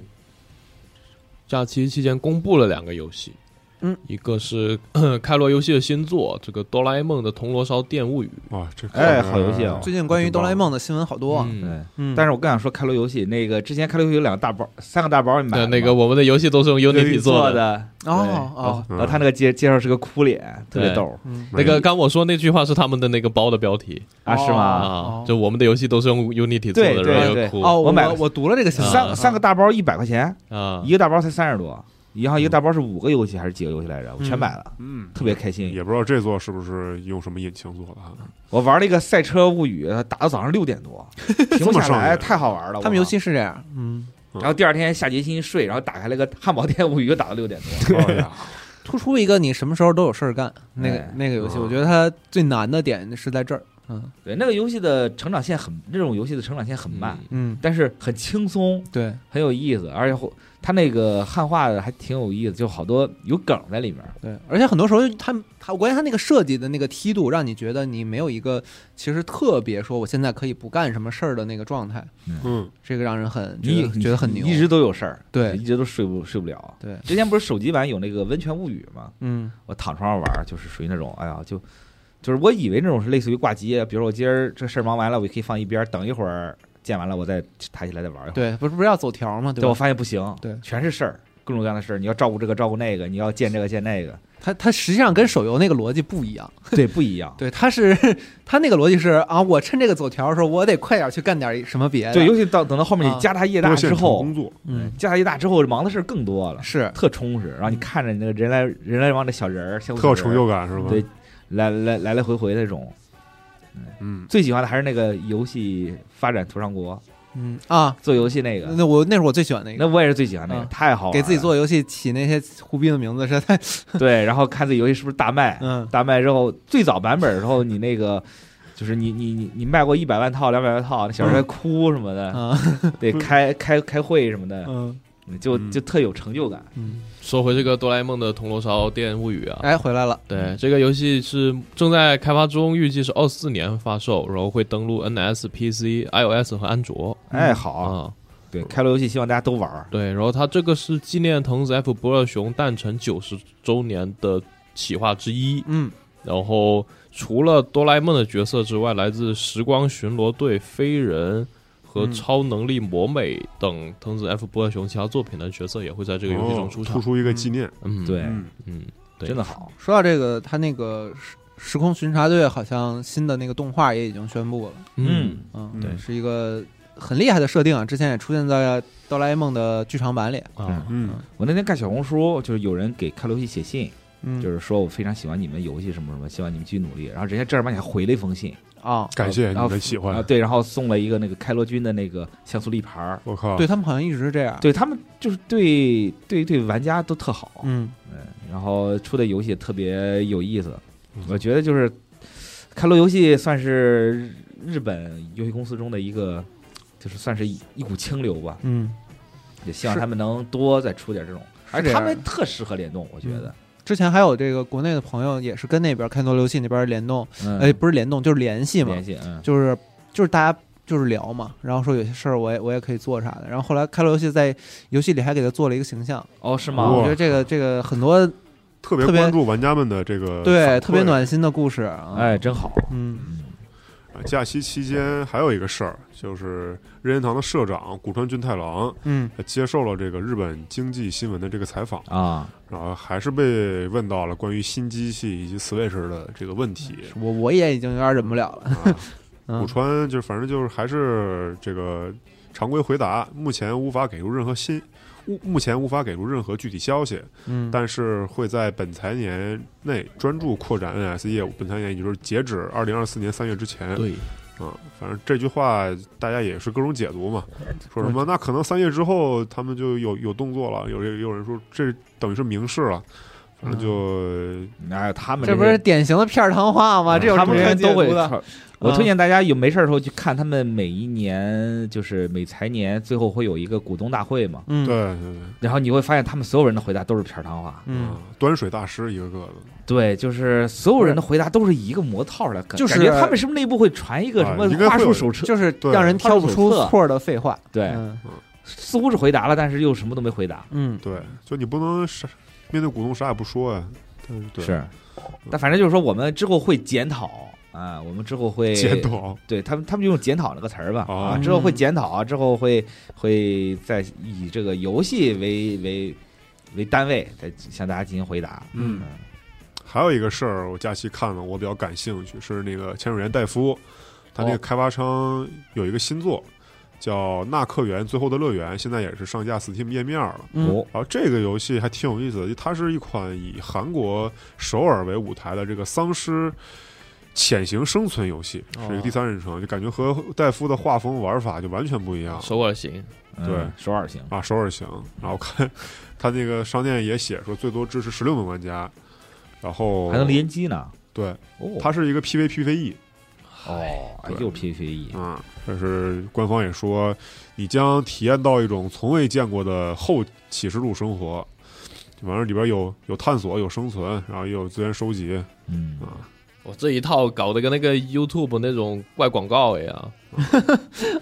S6: 假期期间公布了两个游戏，
S2: 嗯，
S6: 一个是 *clears throat* 开罗游戏的新作，这个《哆啦 A 梦的铜锣烧店物语
S4: 哇，这
S5: 哎好游戏哦
S2: 最近关于
S4: 挺棒
S2: 哆啦 A 梦的新闻好多啊，》，
S6: 嗯，
S5: 对。
S2: 嗯，
S5: 但
S2: 是
S5: 是我更想说开罗游戏，那个之前开罗游戏有两个大包，三个大包你买
S6: 那
S5: 了
S6: 那
S5: 吗
S6: 个我们的游戏都是用 Unity
S5: 做
S6: 的。
S5: 的对
S2: 哦哦，
S5: 然后他那个介介绍是个哭脸，特别
S6: 对
S5: 逗
S2: 嗯
S6: 那个刚我说那句话是他们的那个包的标题
S5: 啊，是吗？
S6: 啊
S2: 哦，
S6: 就我们的游戏都是用 Unity 做
S5: 对
S6: 的，
S5: 对
S6: 然后
S5: 对
S6: 又哭
S2: 哦，
S5: 我买了
S2: 我我读了这个新闻，嗯
S5: 三三个大包一百块钱，
S6: 啊
S3: 嗯
S5: 一，个大包才三十多，然后一个大包是五个游戏还是几个游戏来着？我全买了，
S4: 嗯，
S5: 特别开心。
S4: 也不知道这座是不是用什么引擎做的啊？
S5: 我玩了一个赛车物语，打到早上六点
S2: *laughs*
S5: 多，停不
S4: 么
S5: 下
S4: 上
S5: 来，
S4: 瘾
S5: 太好玩了。
S2: 啊他们
S5: 我
S2: 游戏是这样，哦嗯，
S5: 然后第二天下决心睡，然后打开了个汉堡店物语，又打到六点
S2: *laughs*
S5: 多。
S2: 哦
S4: 哎呀，
S2: 突出一个你什么时候都有事儿干那个
S5: 哎
S2: 那个游戏，
S4: 嗯
S2: 我觉得它最难的点是在这儿，嗯
S5: 对，那个游戏的成长线很，这种游戏的成长线很慢，
S6: 嗯
S2: 嗯，
S5: 但是很轻松，
S2: 对，
S5: 很有意思，而且后它那个汉化的还挺有意思，就好多有梗在里面。
S2: 对，而且很多时候他他，我关键他那个设计的那个梯度，让你觉得你没有一个其实特别说我现在可以不干什么事儿的那个状态，
S4: 嗯，
S2: 这个让人很觉
S5: 你
S2: 得觉得很牛。
S5: 一直都有事儿，
S2: 对
S5: 一直都睡不睡不了。
S2: 对，
S5: 之前不是手机版有那个《温泉物语》吗？
S2: 嗯
S5: 我躺床上玩儿，就是属于那种，哎呀，就就是我以为那种是类似于挂机，比如说我今儿这事儿忙完了，我可以放一边儿，等一会儿见完了我再抬起来再玩一会儿。
S2: 对，不是不是要走条吗？对
S5: 但我
S2: 吧？
S5: 发现不行，
S2: 对
S5: 全是事儿，各种各样的事儿，你要照顾这个照顾那个，你要见这个见那个，
S2: 它它实际上跟手游那个逻辑不一样。
S5: 对，不一样。
S2: 对，它是它那个逻辑是啊，我趁这个走条的时候，我得快点去干点什么别的。
S5: 对，尤其到等到后面
S2: 啊
S5: 你家大业大
S4: 多线
S5: 之
S4: 程
S5: 后
S4: 工，作，
S2: 嗯，
S5: 家大业大之后忙的事儿更多了，
S2: 是
S5: 特充实。然后你看着你那个人来人来人往的小人儿，特
S4: 特有成就感是吧？
S5: 对，来来来来回回的那种。
S4: 嗯，
S5: 最喜欢的还是那个游戏发展途上国
S2: 嗯啊，
S5: 做游戏那个，
S2: 那我那是我最喜欢那
S5: 那
S2: 个，
S5: 我也是最喜欢那个，
S2: 嗯
S5: 太好玩了
S2: 给自己做游戏起那些胡逼的名字实在太
S5: 对，然后看自己游戏是不是大卖， *laughs*
S2: 嗯
S5: 大卖之后最早版本，然后你那个。就是你你你你卖过一百万套两百万套，那
S2: 嗯
S5: 小孩还哭什么的，
S2: 啊
S5: 得开开开会什么的，
S2: 嗯
S5: 就
S4: 嗯
S5: 就特有成就感。
S2: 嗯，
S6: 说回这个《哆啦 A 梦的铜锣烧店物语》啊，
S2: 哎，回来了，
S6: 对，这个游戏是正在开发中，预计是二四年发售，然后会登陆 NS、PC、iOS 和安卓。
S2: 嗯
S5: 哎，好，
S6: 啊、
S5: 对，开罗游戏希望大家都玩儿。
S6: 对，然后它这个是纪念藤子 F 不二雄诞辰九十周年的企划之一。
S2: 嗯
S6: 然后除了哆啦 A 梦的角色之外，来自时光巡逻队、飞人和
S2: 嗯
S6: 超能力魔美等藤子 F 不二雄其他作品的角色也会在这个游戏中
S4: 哦
S6: 出
S4: 突
S6: 场。
S4: 出一个纪念，
S6: 嗯，，
S5: 对，
S4: 嗯，
S6: 嗯，对
S5: 真的好。
S2: 说到这个，他那个时时空巡查队好像新的那个动画也已经宣布了，
S6: 嗯，
S2: 嗯，
S4: 对
S2: 是一个很厉害的设定啊，之前也出现在哆啦 A 梦的剧场版里，
S6: 啊，
S4: 嗯，
S5: 我那天看小红书，就是有人给开罗游戏写信，
S2: 嗯，
S5: 就是说我非常喜欢你们游戏什么什么，希望你们继续努力。然后人家正儿八经还回了一封信
S2: 啊，
S4: 感谢
S5: 然
S4: 你
S5: 后
S4: 的喜
S5: 啊，
S4: 欢，
S5: 对，然后送了一个那个开罗军的那个像素立牌儿。
S4: 我靠，
S2: 对他们好像一直是这样，，
S5: 对他们就是对对对玩家都特好，
S2: 嗯
S5: 然后出的游戏也特别有意思。
S2: 嗯
S5: 我觉得就是开罗游戏算是日本游戏公司中的一个，就是算是一一股清流吧。
S2: 嗯。
S5: 也希望
S2: 是
S5: 他们能多再出点这种，
S2: 是
S5: 而
S2: 这
S5: 且他
S2: 样
S5: 们特适合联动，我觉得。
S2: 之前还有这个国内的朋友也是跟那边开拓游戏那边联动，
S5: 嗯，
S2: 哎，不是联动就是联系嘛
S5: 联，系，嗯，
S2: 就是就是大家就是聊嘛，然后说有些事儿我也我也可以做啥的，然后后来开拓游戏在游戏里还给他做了一个形象，
S5: 哦，是吗？
S2: 啊，
S4: 哇
S2: 我觉得这个这个很多
S4: 特别
S2: 特别
S4: 关注玩家们的这个
S2: 对
S4: 反馈
S2: 特别。暖心的故事啊，
S5: 啊哎，真好，
S2: 嗯
S4: 啊假期期间还有一个事儿，就是任天堂的社长古川俊太郎
S2: 嗯
S4: 他接受了这个日本经济新闻的这个采访，
S5: 啊，
S4: 然后还是被问到了关于新机器以及 Switch 的这个问题。
S2: 我我也已经有点忍不了了，
S4: 啊，
S2: *laughs* 嗯
S4: 古川就是反正就是还是这个常规回答，目前无法给出任何新，目目前无法给出任何具体消息，
S2: 嗯，
S4: 但是会在本财年内专注扩展 NS 业务。本财年也就是截止二零二四年三月之前。
S6: 对，
S4: 啊，反正这句话大家也是各种解读嘛，说什么那可能三月之后他们就有有动作了，有也有人说这等于是明示了，反正就
S2: 嗯
S5: 哎，他们
S2: 这
S5: 些
S2: 不是典型的片儿汤话吗？这有
S5: 他
S2: 什
S5: 们
S2: 么
S5: 啊这
S2: 可
S5: 些都会
S2: 解读的？
S5: 传。我推荐大家有没事儿的时候去看他们每一年，就是每财年最后会有一个股东大会嘛，
S2: 嗯
S4: 对对对，
S5: 然后你会发现他们所有人的回答都是片儿汤话，
S2: 嗯
S4: 啊，，端水大师一个个的，
S5: 对，就是所有人的回答都是一个模套的，感
S2: 就是
S5: 感觉他们是不是内部会传一个什
S4: 啊
S5: 么
S4: 应该
S5: 话
S4: 会有
S5: 术手册？
S2: 就是
S4: 对
S2: 让人挑不出
S5: 他们手册
S2: 错的废话，
S5: 对，
S2: 嗯
S5: 似乎是回答了，但是又什么都没回答。
S2: 嗯。
S4: 对，就你不能是面对股东啥也不说呀、但是对，
S5: 是，但反正就是说，我们之后会检讨啊，我们之后会
S4: 监督
S5: 对他们，他们就用“检讨”那个词儿吧，
S4: 哦
S5: 啊，之后
S2: 嗯
S5: 会检讨，之后会会再以这个游戏为为为单位，再向大家进行回答。
S4: 嗯还有一个事儿，我假期看了，我比较感兴趣，是那个潜水员戴夫，他那个
S5: 哦
S4: 开发商有一个新作叫《纳克园：最后的乐园》，现在也是上架 Steam 页面了。
S2: 嗯
S5: 哦，
S4: 然后这个游戏还挺有意思的，它是一款以韩国首尔为舞台的这个丧尸潜行生存游戏，是一个第三人称，就感觉和戴夫的画风玩法就完全不一样。
S6: 首尔行，
S5: 嗯
S4: 对
S5: 首尔行，
S4: 啊，首尔行。然后看他那个商店也写说最多支持十六名玩家，然后
S5: 还能联机呢。
S4: 对，
S5: 哦，
S4: 它是一个 PVPVE
S5: 哦，
S4: 对
S5: 又 PVE，
S4: E 啊，但是官方也说你将体验到一种从未见过的后启示录生活。完了，里边有有探索，有生存，然后也有资源收集
S5: 嗯，
S4: 啊，
S6: 我这一套搞得跟那个 YouTube 那种怪广告一样。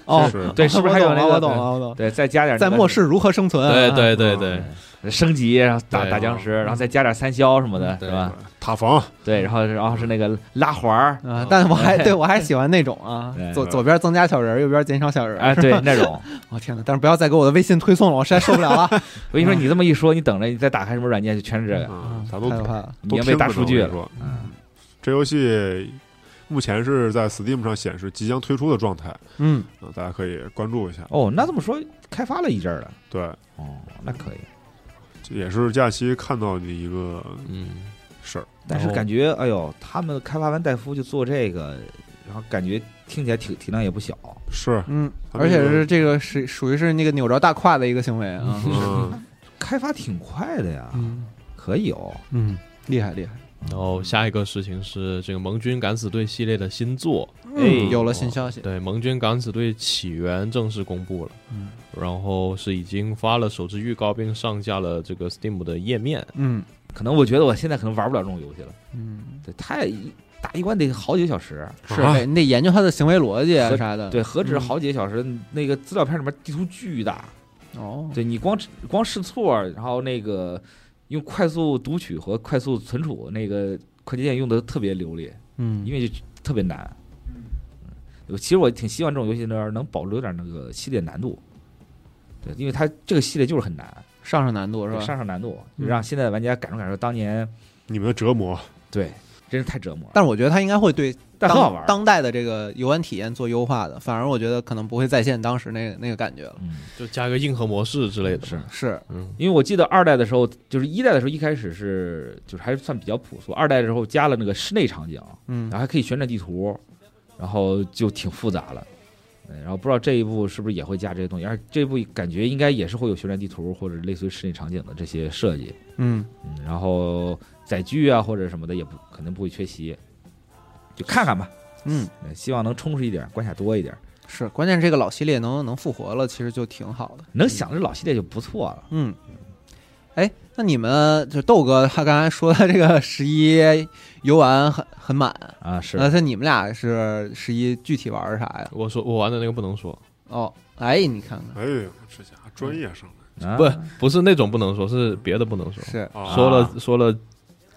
S2: 哦，
S5: *laughs*
S4: 是
S5: 对，是不是还有那个？
S2: *laughs* 我懂了，我懂了。
S5: 对，再加点
S2: 在末世如何生存？啊
S6: 对对对对
S5: 世
S4: 嗯，
S5: 升级，然后打
S6: 对
S5: 打僵尸，然后再加点三消什么的，
S6: 对
S5: 是吧？
S4: 塔防，
S5: 哦嗯对，然后然后是那个拉环儿，
S2: 啊，但我还对我还喜欢那种 *laughs* 啊
S5: 对，
S2: 左左边增加小人儿，右边减少小人儿。
S5: 哎，
S2: *laughs*
S5: 对，那种。
S2: 我天哪！但是不要再给我的微信推送了，我实在受不了了。 *laughs* 嗯
S5: 我跟你说，你这么一说，你等着你再打开什么软件，就全是这个，
S4: 嗯，
S2: 太
S4: 咱都
S2: 可怕了。
S5: 你
S4: 都
S5: 已经被
S4: 听
S5: 大
S4: 着呢
S5: 数据
S4: 我跟你
S5: 了。嗯
S4: 说，嗯这游戏目前是在 Steam 上显示即将推出的状态，
S2: 嗯，
S4: 嗯，大家可以关注一下。
S5: 哦，那这么说，开发了一阵儿了。
S4: 对，
S5: 哦，那可以，
S4: 这也是假期看到的一个
S6: 嗯，
S4: 事儿。
S5: 但是
S6: 然后
S5: 感觉，哎呦，他们开发完戴夫就做这个，然后感觉听起来体体量也不小。
S6: *laughs*
S4: 是，
S2: 嗯，
S4: 他
S2: 而且
S4: 那个
S2: 是这个是属于是那个扭着大胯的一个行为啊。
S4: 嗯，
S5: 开发挺快的呀，
S2: 嗯
S5: 可以哦。
S2: 嗯，厉害厉害，
S6: 然后下一个事情是这个《盟军敢死队》系列的新作，
S5: 哎
S2: 有了新消息。
S6: 对，《盟军敢死队起源》正式公布了，
S2: 嗯
S6: 然后是已经发了首支预告，并上架了这个 Steam 的页面。
S2: 嗯
S5: 可能我觉得我现在可能玩不了这种游戏了，
S2: 嗯，
S5: 对，太一打一关得好几个小时，
S2: 是得你得研究他的行为逻辑啊
S5: 和
S2: 啥的。
S5: 对，何止
S2: 嗯
S5: 好几个小时？那个资料片里面地图巨大，
S2: 哦，
S5: 对你光光试错，然后那个用快速读取和快速存储那个快捷键用的特别流利，
S2: 嗯
S5: 因为就特别难。嗯，其实我挺希望这种游戏里边能保留点那个系列难度，对，因为它这个系列就是很难，
S2: 上上难度是吧？
S5: 上上难度，
S2: 嗯
S5: 让现在的玩家感受感受当年
S4: 你们的折磨，
S5: 对，真是太折磨了，
S2: 但是我觉得他应该会对
S5: 但
S2: 当
S5: 很好玩。
S2: 当代的这个游玩体验做优化的，反而我觉得可能不会再现当时那个那个感觉了。
S5: 嗯，
S6: 就加个硬核模式之类的。
S5: 是，
S2: 是，
S6: 嗯，
S5: 因为我记得二代的时候，就是一代的时候，一开始是就是还算比较朴素，二代的时候加了那个室内场景，
S2: 嗯
S5: 然后还可以旋转地图，然后就挺复杂了。嗯，然后不知道这一步是不是也会加这些东西，而这一步感觉应该也是会有旋转地图或者类似于室内场景的这些设计。
S2: 嗯，
S5: 嗯，然后载具啊或者什么的也不肯定不会缺席，就看看吧。
S2: 嗯，
S5: 嗯希望能充实一点，关卡多一点，
S2: 是，关键是这个老系列能能复活了，其实就挺好的。
S5: 能想着老系列就不错了。
S2: 嗯，哎，那你们就豆哥他刚才说的这个十一游玩很很满，
S5: 啊，是
S2: 呃那他你们俩是十一具体玩儿啥呀？
S6: 我说我玩的那个不能说，
S2: 哦，哎，你看看，
S4: 哎呦，这家伙专业上来
S5: 啊
S6: 不不是那种不能说，是别的不能说。
S2: 是，
S4: 啊
S6: 说了说了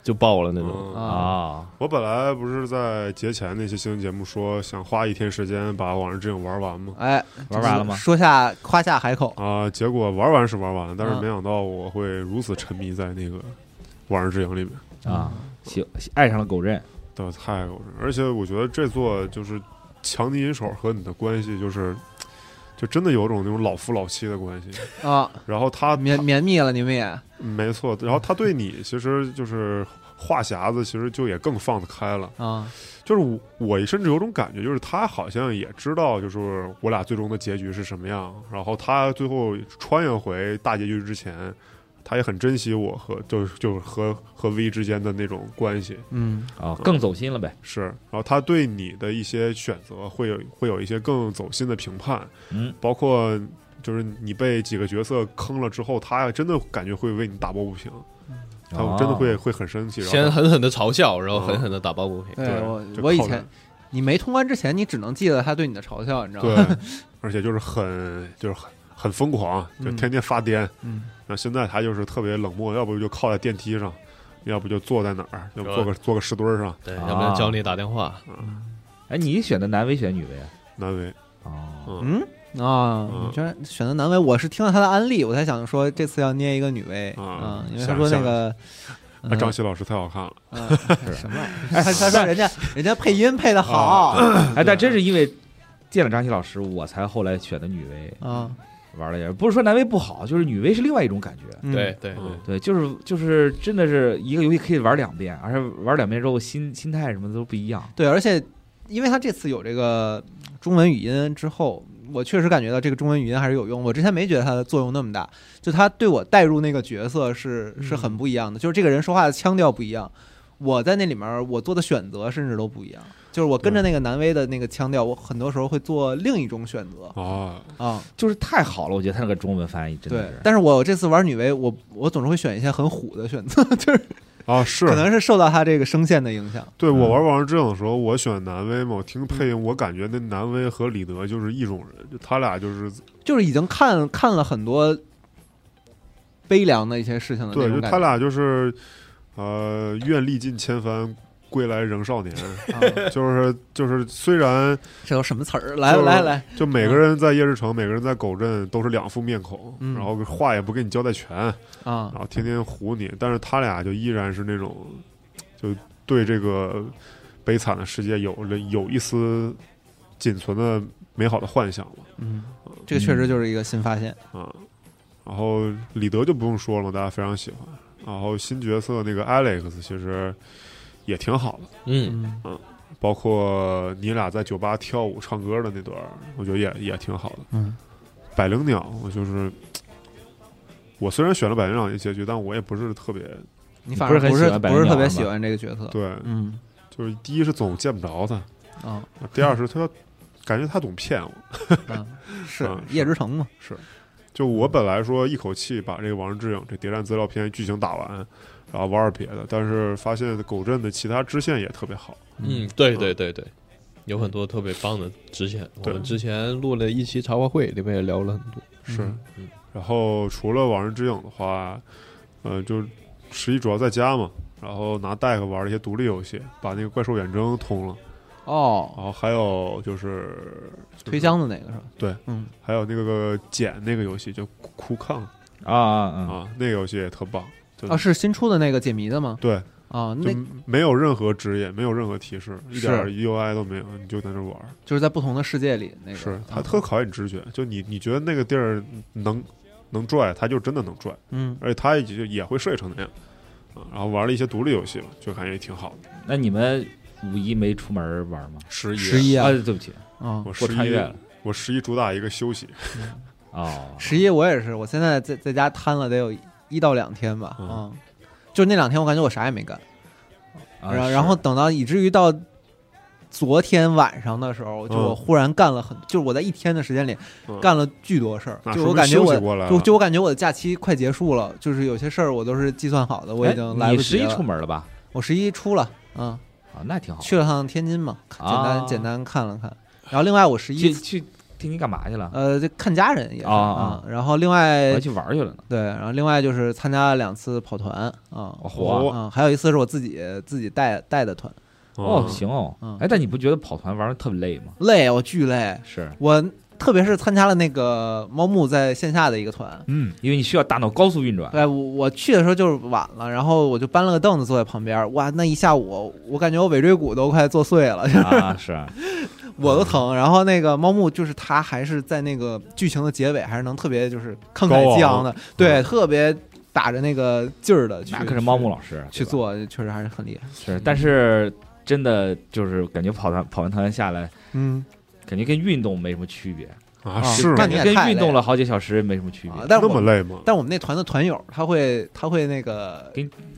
S6: 就爆了那种。
S4: 嗯
S2: 啊
S5: 啊，
S4: 我本来不是在节前那期新闻节目说想花一天时间把《往日之影》玩完吗？
S2: 哎，
S5: 玩完了吗？
S2: 说下夸下海口，
S4: 啊，结果玩完是玩完了，但是
S2: 嗯
S4: 没想到我会如此沉迷在那个《往日之影》里面。
S5: 啊，
S4: 嗯
S5: 喜爱上了狗刃，
S4: 对，太狗日而且我觉得这座就是强敌银手和你的关系，就是就真的有种那种老夫老妻的关系。
S2: 啊，
S4: 然后他
S2: 绵绵密了，你们也，
S4: 没错，然后他对你其实就是话匣子，其实就也更放得开了。
S2: 啊，
S4: 就是我我甚至有种感觉，就是他好像也知道，就是我俩最终的结局是什么样。然后他最后穿越回大结局之前，他也很珍惜我和就是就是和和 V 之间的那种关系。
S2: 嗯
S5: 啊，更走心了呗。
S4: 是，然后他对你的一些选择会有会有一些更走心的评判，
S5: 嗯，
S4: 包括就是你被几个角色坑了之后，他真的感觉会为你打抱不平，
S5: 啊
S4: 他哦
S2: 哦
S4: 真的会会很生气，然
S6: 先
S4: 后
S6: 狠狠的嘲笑，然后狠狠的打抱不平。
S2: 对
S4: 对
S2: 我
S4: 就
S2: 我以
S4: 靠着
S2: 前你没通关之前，你只能记得他对你的嘲笑，你知道吗？
S4: 对，而且就是很就是很很疯狂，就
S2: 嗯
S4: 天天发癫。
S2: 嗯，
S4: 那现在他就是特别冷漠，要不就靠在电梯上，要不就坐在哪儿，要不坐个坐个石墩儿上，
S6: 对，
S5: 啊
S6: 要不然教你打电话。
S5: 哎，你选的男威选女威啊？
S4: 难为。
S5: 哦，
S4: 嗯
S2: 嗯啊，
S4: 嗯
S2: 你居然选择男威，我是听了他的案例，我才想说这次要捏一个女威
S4: 啊
S2: 因为他说那个。
S4: 那
S2: 嗯
S4: 张希老师太好看了，
S2: 嗯什么玩 *laughs* 意儿？他他说人家人家配音配的好
S5: 哎，但真是因为见了张希老师，我才后来选的女威
S2: 啊，
S5: 玩了一下。不是说男威不好，就是女威是另外一种感觉。
S2: 嗯
S6: 对，对对
S4: 嗯，
S5: 对，就是就是，真的是一个游戏可以玩两遍，而且玩两遍之后心心态什么的都不一样。
S2: 对，而且因为他这次有这个中文语音之后，我确实感觉到这个中文语音还是有用。我之前没觉得它的作用那么大，就它对我带入那个角色
S5: 嗯
S2: 是是很不一样的，就是这个人说话的腔调不一样。我在那里面我做的选择甚至都不一样，就是我跟着那个南威的那个腔调，我很多时候会做另一种选择
S4: 啊，
S2: 啊、
S5: 就是太好了，我觉得他那哦个中文翻译真
S2: 对
S5: 的，是。
S2: 但是我这次玩女威，我我总是会选一些很虎的选择，就是 *laughs*
S4: 啊，是
S2: 可能是受到他这个声线的影响。
S4: 对我玩《王者之影》的时候，我选南威嘛，我听
S2: 嗯
S4: 配音，我感觉那南威和李德就是一种人，就他俩就是
S2: 就是已经看看了很多悲凉的一些事情嗯的那
S4: 对，
S2: 种
S4: 就
S2: 感
S4: 他
S2: 觉。
S4: 俩就是呃，愿历尽千帆，归来仍
S2: *laughs*
S4: 少年，
S2: 啊
S4: 就是就是虽然
S2: 这有什么词儿？来
S4: 就是
S2: 来来，
S4: 就每个人在夜市城，每个人在狗镇都是两副面孔，
S2: 嗯
S4: 然后话也不给你交代全，
S2: 啊
S4: 然后天天唬你，但是他俩就依然是那种，就对这个悲惨的世界有了有一丝仅存的美好的幻想吧，
S2: 嗯，这个确实就是一个新发现。
S4: 啊、然后李德就不用说了，大家非常喜欢。然后新角色那个 Alex 其实也挺好的，
S6: 嗯，
S2: 嗯，
S4: 包括你俩在酒吧跳舞唱歌的那段儿，我觉得也也挺好的。
S2: 嗯，
S4: 百灵鸟，我就是我虽然选了百灵鸟的结局，但我也不是特别
S2: 你反而
S5: 不是很
S2: 不
S5: 喜
S2: 是
S5: 欢白
S2: 不是
S5: 娘
S2: 特别
S5: 子
S2: 喜
S5: 吧
S2: 欢这个角色。
S4: 对，
S2: 嗯
S4: 就是第一是总见不着他，
S2: 啊
S4: 第二是他感觉他总骗我。 *laughs*
S2: 啊，是
S4: 嗯是
S2: 夜之城嘛？
S4: 就我本来说一口气把这个《王者之影》这谍战资料片剧情打完，然后玩点别的，但是发现狗镇的其他支线也特别好。
S6: 嗯，对对对对，有很多特别棒的支线。我
S4: 对
S6: 们之前录了一期茶话会，里面也聊了很多。
S4: 是，
S6: 嗯
S4: 然后除了《往日之影》的话，呃，就实际主要在家嘛，然后拿 deck 玩了一些独立游戏，把那个《怪兽远征》通了，
S2: 哦，
S4: 然后还有就是、就是
S2: 推，箱子那个是吧？
S4: 对，
S2: 嗯
S4: 还有那个捡那个游戏叫酷抗
S5: 啊啊啊！
S4: 啊，
S2: 嗯
S4: 那个游戏也特棒，就
S2: 啊，是新出的那个解谜的吗？
S4: 对，
S2: 啊，
S4: 就
S2: 那
S4: 没有任何指引，没有任何提示，一点
S2: 是
S4: UI 都没有，你就在那玩儿。
S2: 就是在不同的世界里那个。
S4: 是，它
S2: 啊
S4: 特考验直觉，就你你觉得那个地儿能能拽，它就真的能拽。
S2: 嗯，
S4: 而且他也就也会设计成那样，啊，然后玩了一些独立游戏吧，就感觉也挺好的。
S5: 那你们五一没出门玩吗？
S4: 十
S2: 十，一啊
S5: 啊，，对不起，
S2: 啊
S4: 我，十
S5: 我穿越
S4: 一
S5: 了，
S4: 我十一主打一个休息，
S5: 哦，
S2: 十一我也是，我现在在在家瘫了得有一到两天吧，
S4: 嗯
S2: 啊，就那两天我感觉我啥也没干，
S5: 啊
S2: 然后
S5: 是
S2: 然后等到以至于到昨天晚上的时候，就
S5: 嗯
S2: 我忽然干了很，就是我在一天的时间里
S4: 嗯
S2: 干了巨多事儿，
S4: 那
S5: 啊
S2: 就
S4: 说
S2: 我
S4: 明
S2: 感觉
S4: 休
S2: 我
S4: 息过来
S2: 就
S4: 了
S2: 就我感觉我的假期快结束了，就是有些事儿我都是计算好的，我
S5: 哎
S2: 已经来
S5: 你
S2: 不
S5: 十
S2: 及
S5: 一
S2: 了。
S5: 出门了吧？
S2: 我十一出了，嗯，
S5: 啊，那挺好。
S2: 去了趟天津嘛，简单、
S5: 啊
S2: 简单看了看，然后另外我十
S5: 去
S2: 一
S5: 去天津干嘛去了？
S2: 呃就看家人也是
S5: 啊啊
S2: 嗯然后另
S5: 我还
S2: 外
S5: 去玩去了呢。
S2: 对，然后另外就是参加了两次跑团啊，
S5: 哦嚯
S2: 啊，还有一次是我自己自己带带的团，
S5: 哦，
S4: 嗯，
S5: 行哦
S2: 嗯，
S5: 哎，但你不觉得跑团玩的特别累吗？
S2: 累，我巨累，
S5: 是，
S2: 我特别是参加了那个猫木在线下的一个团，
S5: 嗯，因为你需要大脑高速运
S2: *laughs*
S5: 转。
S2: 对我我去的时候就是晚了，然后我就搬了个凳子坐在旁边，哇，那一下午我感觉我尾椎骨都快坐碎了， *laughs*
S5: 啊，是啊，
S2: 我都疼。然后那个猫木就是他还是在那个剧情的结尾还是能特别就是慷
S4: 高
S2: 慨
S4: 昂
S2: 激昂的，对，特别打着那个劲儿的去，
S5: 嗯那可是猫木老师
S2: 去
S5: 对吧
S2: 做，确实还是很厉害，
S5: 是，但是真的就是感觉跑团跑完团下来，
S2: 嗯。
S5: 感觉跟运动没什么区别，
S4: 啊，
S2: 啊
S4: 是
S2: 那
S4: 吗
S2: 你也
S5: 跟
S2: 太累
S5: 运动了好几小时没什么区别
S2: 啊，，但是
S4: 那
S2: 我
S4: 么累吗？ *laughs*
S2: 但我们那团的团友他会他会那个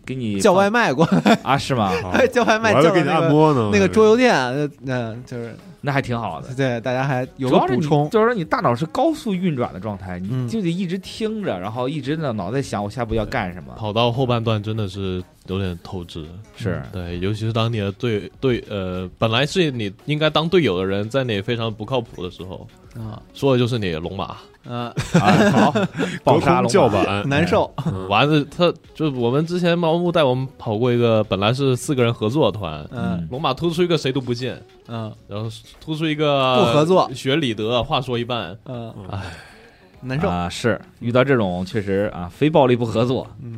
S5: 给你
S2: 叫外卖过来，
S5: 啊，是吗？
S4: 啊
S2: 他 *laughs* 会叫外卖
S4: 我还
S2: 叫到
S4: 会给你
S2: 那
S4: 按
S2: 个
S4: 摩
S5: 嗯
S4: 呢，
S2: 那个桌游店，呃嗯，就是
S5: 那还挺好的。
S2: 对大家还有
S5: 主
S2: 个
S5: 要是
S2: 补
S5: 你，
S2: 充，
S5: 就是你大脑是高速运转的状态，你
S2: 嗯
S5: 就得一直听着，然后一直呢脑袋想我下一步要干什
S2: 嗯
S5: 么。
S6: 跑到后半段真的是有点透支，
S5: 是，
S6: 对，尤其是当你的队队呃，本来是你应该当队友的人，在你非常不靠谱的时候，
S5: *laughs*
S2: 啊
S6: 说的就是你龙马，
S2: 啊
S5: 啊，好，
S4: 隔
S5: 爆杀
S4: 空
S5: 龙
S4: 叫
S5: 吧。
S4: 板，
S2: 难受，
S6: 完了他就我们之前毛木带我们跑过一个本来是四个人合作的团，
S2: 嗯
S6: 龙马突出一个谁都不见，
S2: 嗯
S6: 然后突出一个
S2: 不合作
S6: 学李德，话说一半，
S2: 嗯，
S6: 唉，
S2: 难受，
S5: 啊，是遇到这种确实啊，非暴力不合作，
S4: 嗯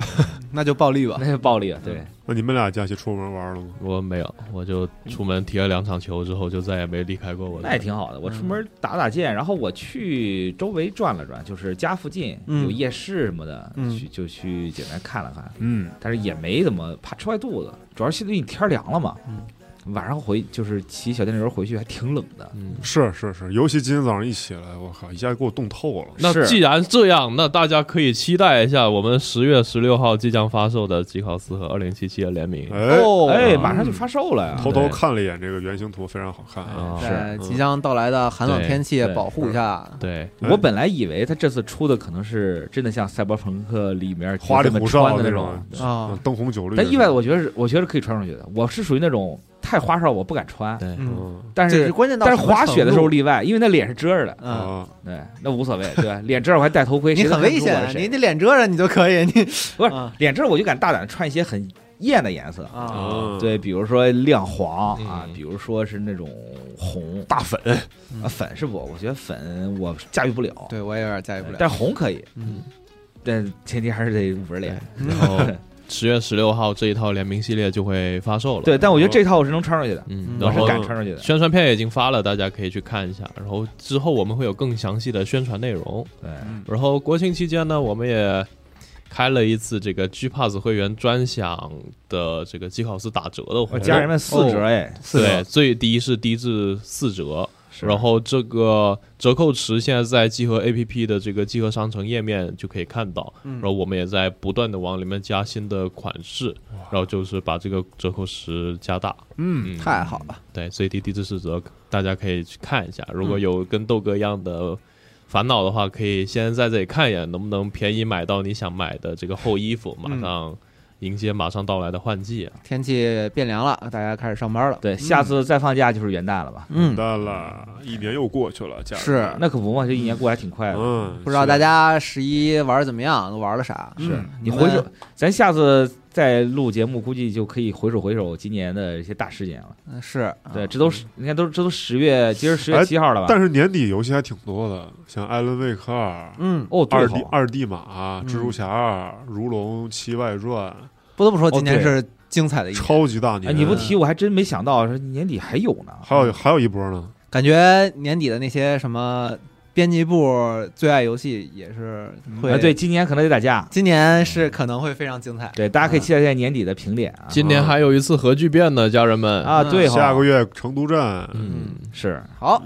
S2: 那就暴力吧
S5: 那，是暴力啊，对，
S4: 那你们俩假期出门玩了吗？
S6: 我没有，我就出门踢了两场球之后，就再也没离开过我的。
S5: 那也挺好的。
S4: 嗯
S5: 我出门打打剑，然后我去周围转了转，就是家附近
S2: 嗯
S5: 有夜市什么的，
S2: 嗯
S5: 去就去简单看了看，
S4: 嗯，
S5: 但是也没怎么怕吃坏肚子，主要是现在天儿凉了嘛
S2: 嗯，
S5: 晚上回就是骑小电驴回去还挺冷的，
S4: 是是是，尤其今天早上一起来，我靠，一下给我冻透了。
S3: 那
S5: 是
S3: 既然这样，那大家可以期待一下我们十月十六号即将发售的吉考斯和二零七七的联名。
S4: 哎，
S2: 哦
S5: 哎，
S4: 嗯
S5: 马上就发售了呀。
S4: 偷偷看了一眼这个原型图，非常好看啊。
S3: 啊，
S2: 在即将到来的寒冷天气
S5: 哦嗯对
S2: 保护一下。
S3: 对，
S4: 哎
S5: 我本来以为他这次出的可能是真的像赛博朋克里面
S4: 花里
S5: 这么
S4: 胡
S5: 穿
S4: 哨
S5: 的
S4: 那
S5: 种
S4: 种，
S2: 啊
S4: 嗯，灯红酒绿的。
S5: 但意外我觉得是我觉得可以穿上去的。我是属于那种太花哨我不敢穿，
S3: 对
S2: 嗯，
S4: 嗯
S5: 但
S2: 这
S5: 是
S2: 是关键到
S5: 但
S2: 什
S5: 是
S2: 么程度。
S5: 滑雪的时候例外，因为那脸是遮着的，
S2: 嗯，
S4: 啊，
S5: 对，那无所谓，对吧？脸遮着我还戴头盔，
S2: 你
S5: 谁都
S2: 很
S5: 看不
S2: 危
S5: 出我
S2: 险，啊
S5: 是谁
S2: 你得脸遮着你就可以，你
S5: 不是
S2: 啊
S5: 脸遮着我就敢大胆穿一些很艳的颜色，
S2: 啊
S4: 嗯，
S5: 对，比如说亮黄啊
S3: 嗯，
S5: 比如说是那种红
S4: 大粉，
S5: 啊，粉是不，我觉得粉我驾驭不了，
S2: 对我也有点驾驭不了。
S5: 但红可以，
S2: 嗯，
S5: 但前提还是得捂着脸。
S3: 然后十月十六号这一套联名系列就会发售了。
S5: 对，，但我觉得这套我是能穿上去的，
S3: 嗯，
S2: 嗯
S5: 我
S3: 然
S5: 是
S3: 后
S5: 敢穿上去的。
S3: 宣传片已经发了，大家可以去看一下。然后之后我们会有更详细的宣传内容。
S5: 对，
S3: 然后国庆期间呢，我们也开了一次这个 G Pass 会员专享的这个机考斯打折的活
S5: 我
S3: 动，
S5: 家人们四
S2: 哦
S5: 折哎，
S3: 对，最低是低至四折。
S5: 是
S3: 然后这个折扣池现在在集合 APP 的这个集合商城页面就可以看到，
S5: 嗯
S3: 然后我们也在不断的往里面加新的款式，然后就是把这个折扣池加大。
S4: 嗯，
S2: 太好了，
S3: 对，最低低至四折，大家可以去看一下。如
S5: 嗯
S3: 果有跟豆哥一样的烦恼的话，可以先在这里看一眼，能不能便宜买到你想买的这个厚衣服，
S5: 嗯
S3: 马上迎接马上到来的换季啊！
S2: 天气变凉了，大家开始上班了。
S4: 嗯
S5: 对，下次再放假就是元旦了吧？
S2: 嗯，
S4: 蛋了，一年又过去了，假如
S2: 是
S5: 那可不嘛，这一年过得还挺快的。
S4: 嗯，
S2: 不知道大家十一玩得怎么样，都玩了啥？
S5: 是
S2: 嗯
S5: 你回首
S2: 们，
S5: 咱下次再录节目，估计就可以回首回首今年的一些大事件了。
S2: 嗯是
S5: 对，
S2: 啊
S5: 这都是你看，都这都十月，今儿十月
S4: 哎
S5: 七号了吧？
S4: 但是年底游戏还挺多的，像《艾伦·威克二》
S2: 嗯，
S5: 哦，对嗯
S4: 二
S5: 吼
S4: 地二地马、蜘蛛侠二、如龙七外传，
S2: 不得不说，今
S5: 哦
S2: 年
S5: 对
S2: 是精彩的一年，
S4: 超级大
S5: 哎，
S4: 年。
S5: 你不提我还真没想到，说年底还有呢。
S4: 还有还有一波呢，
S2: 感觉年底的那些什么编辑部最爱游戏也是会
S5: 啊，对，，今年可能得打架。
S2: 今年是可能会非常精彩。
S5: 对，大家可
S4: 嗯
S5: 以期待一下年底的评点啊。
S3: 今年还有一次核聚变呢，家人们！
S5: 啊，对吼，
S4: 嗯下个月成都站，
S3: 嗯，
S5: 是
S2: 好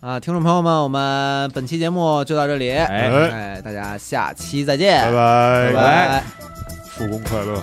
S2: 啊，听众朋友们，我们本期节目就到这里，
S5: 哎
S2: 哎，大家下期再见，
S4: 拜
S2: 拜
S4: 拜，
S2: 拜。
S4: 复工快乐。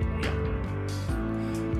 S7: 模样。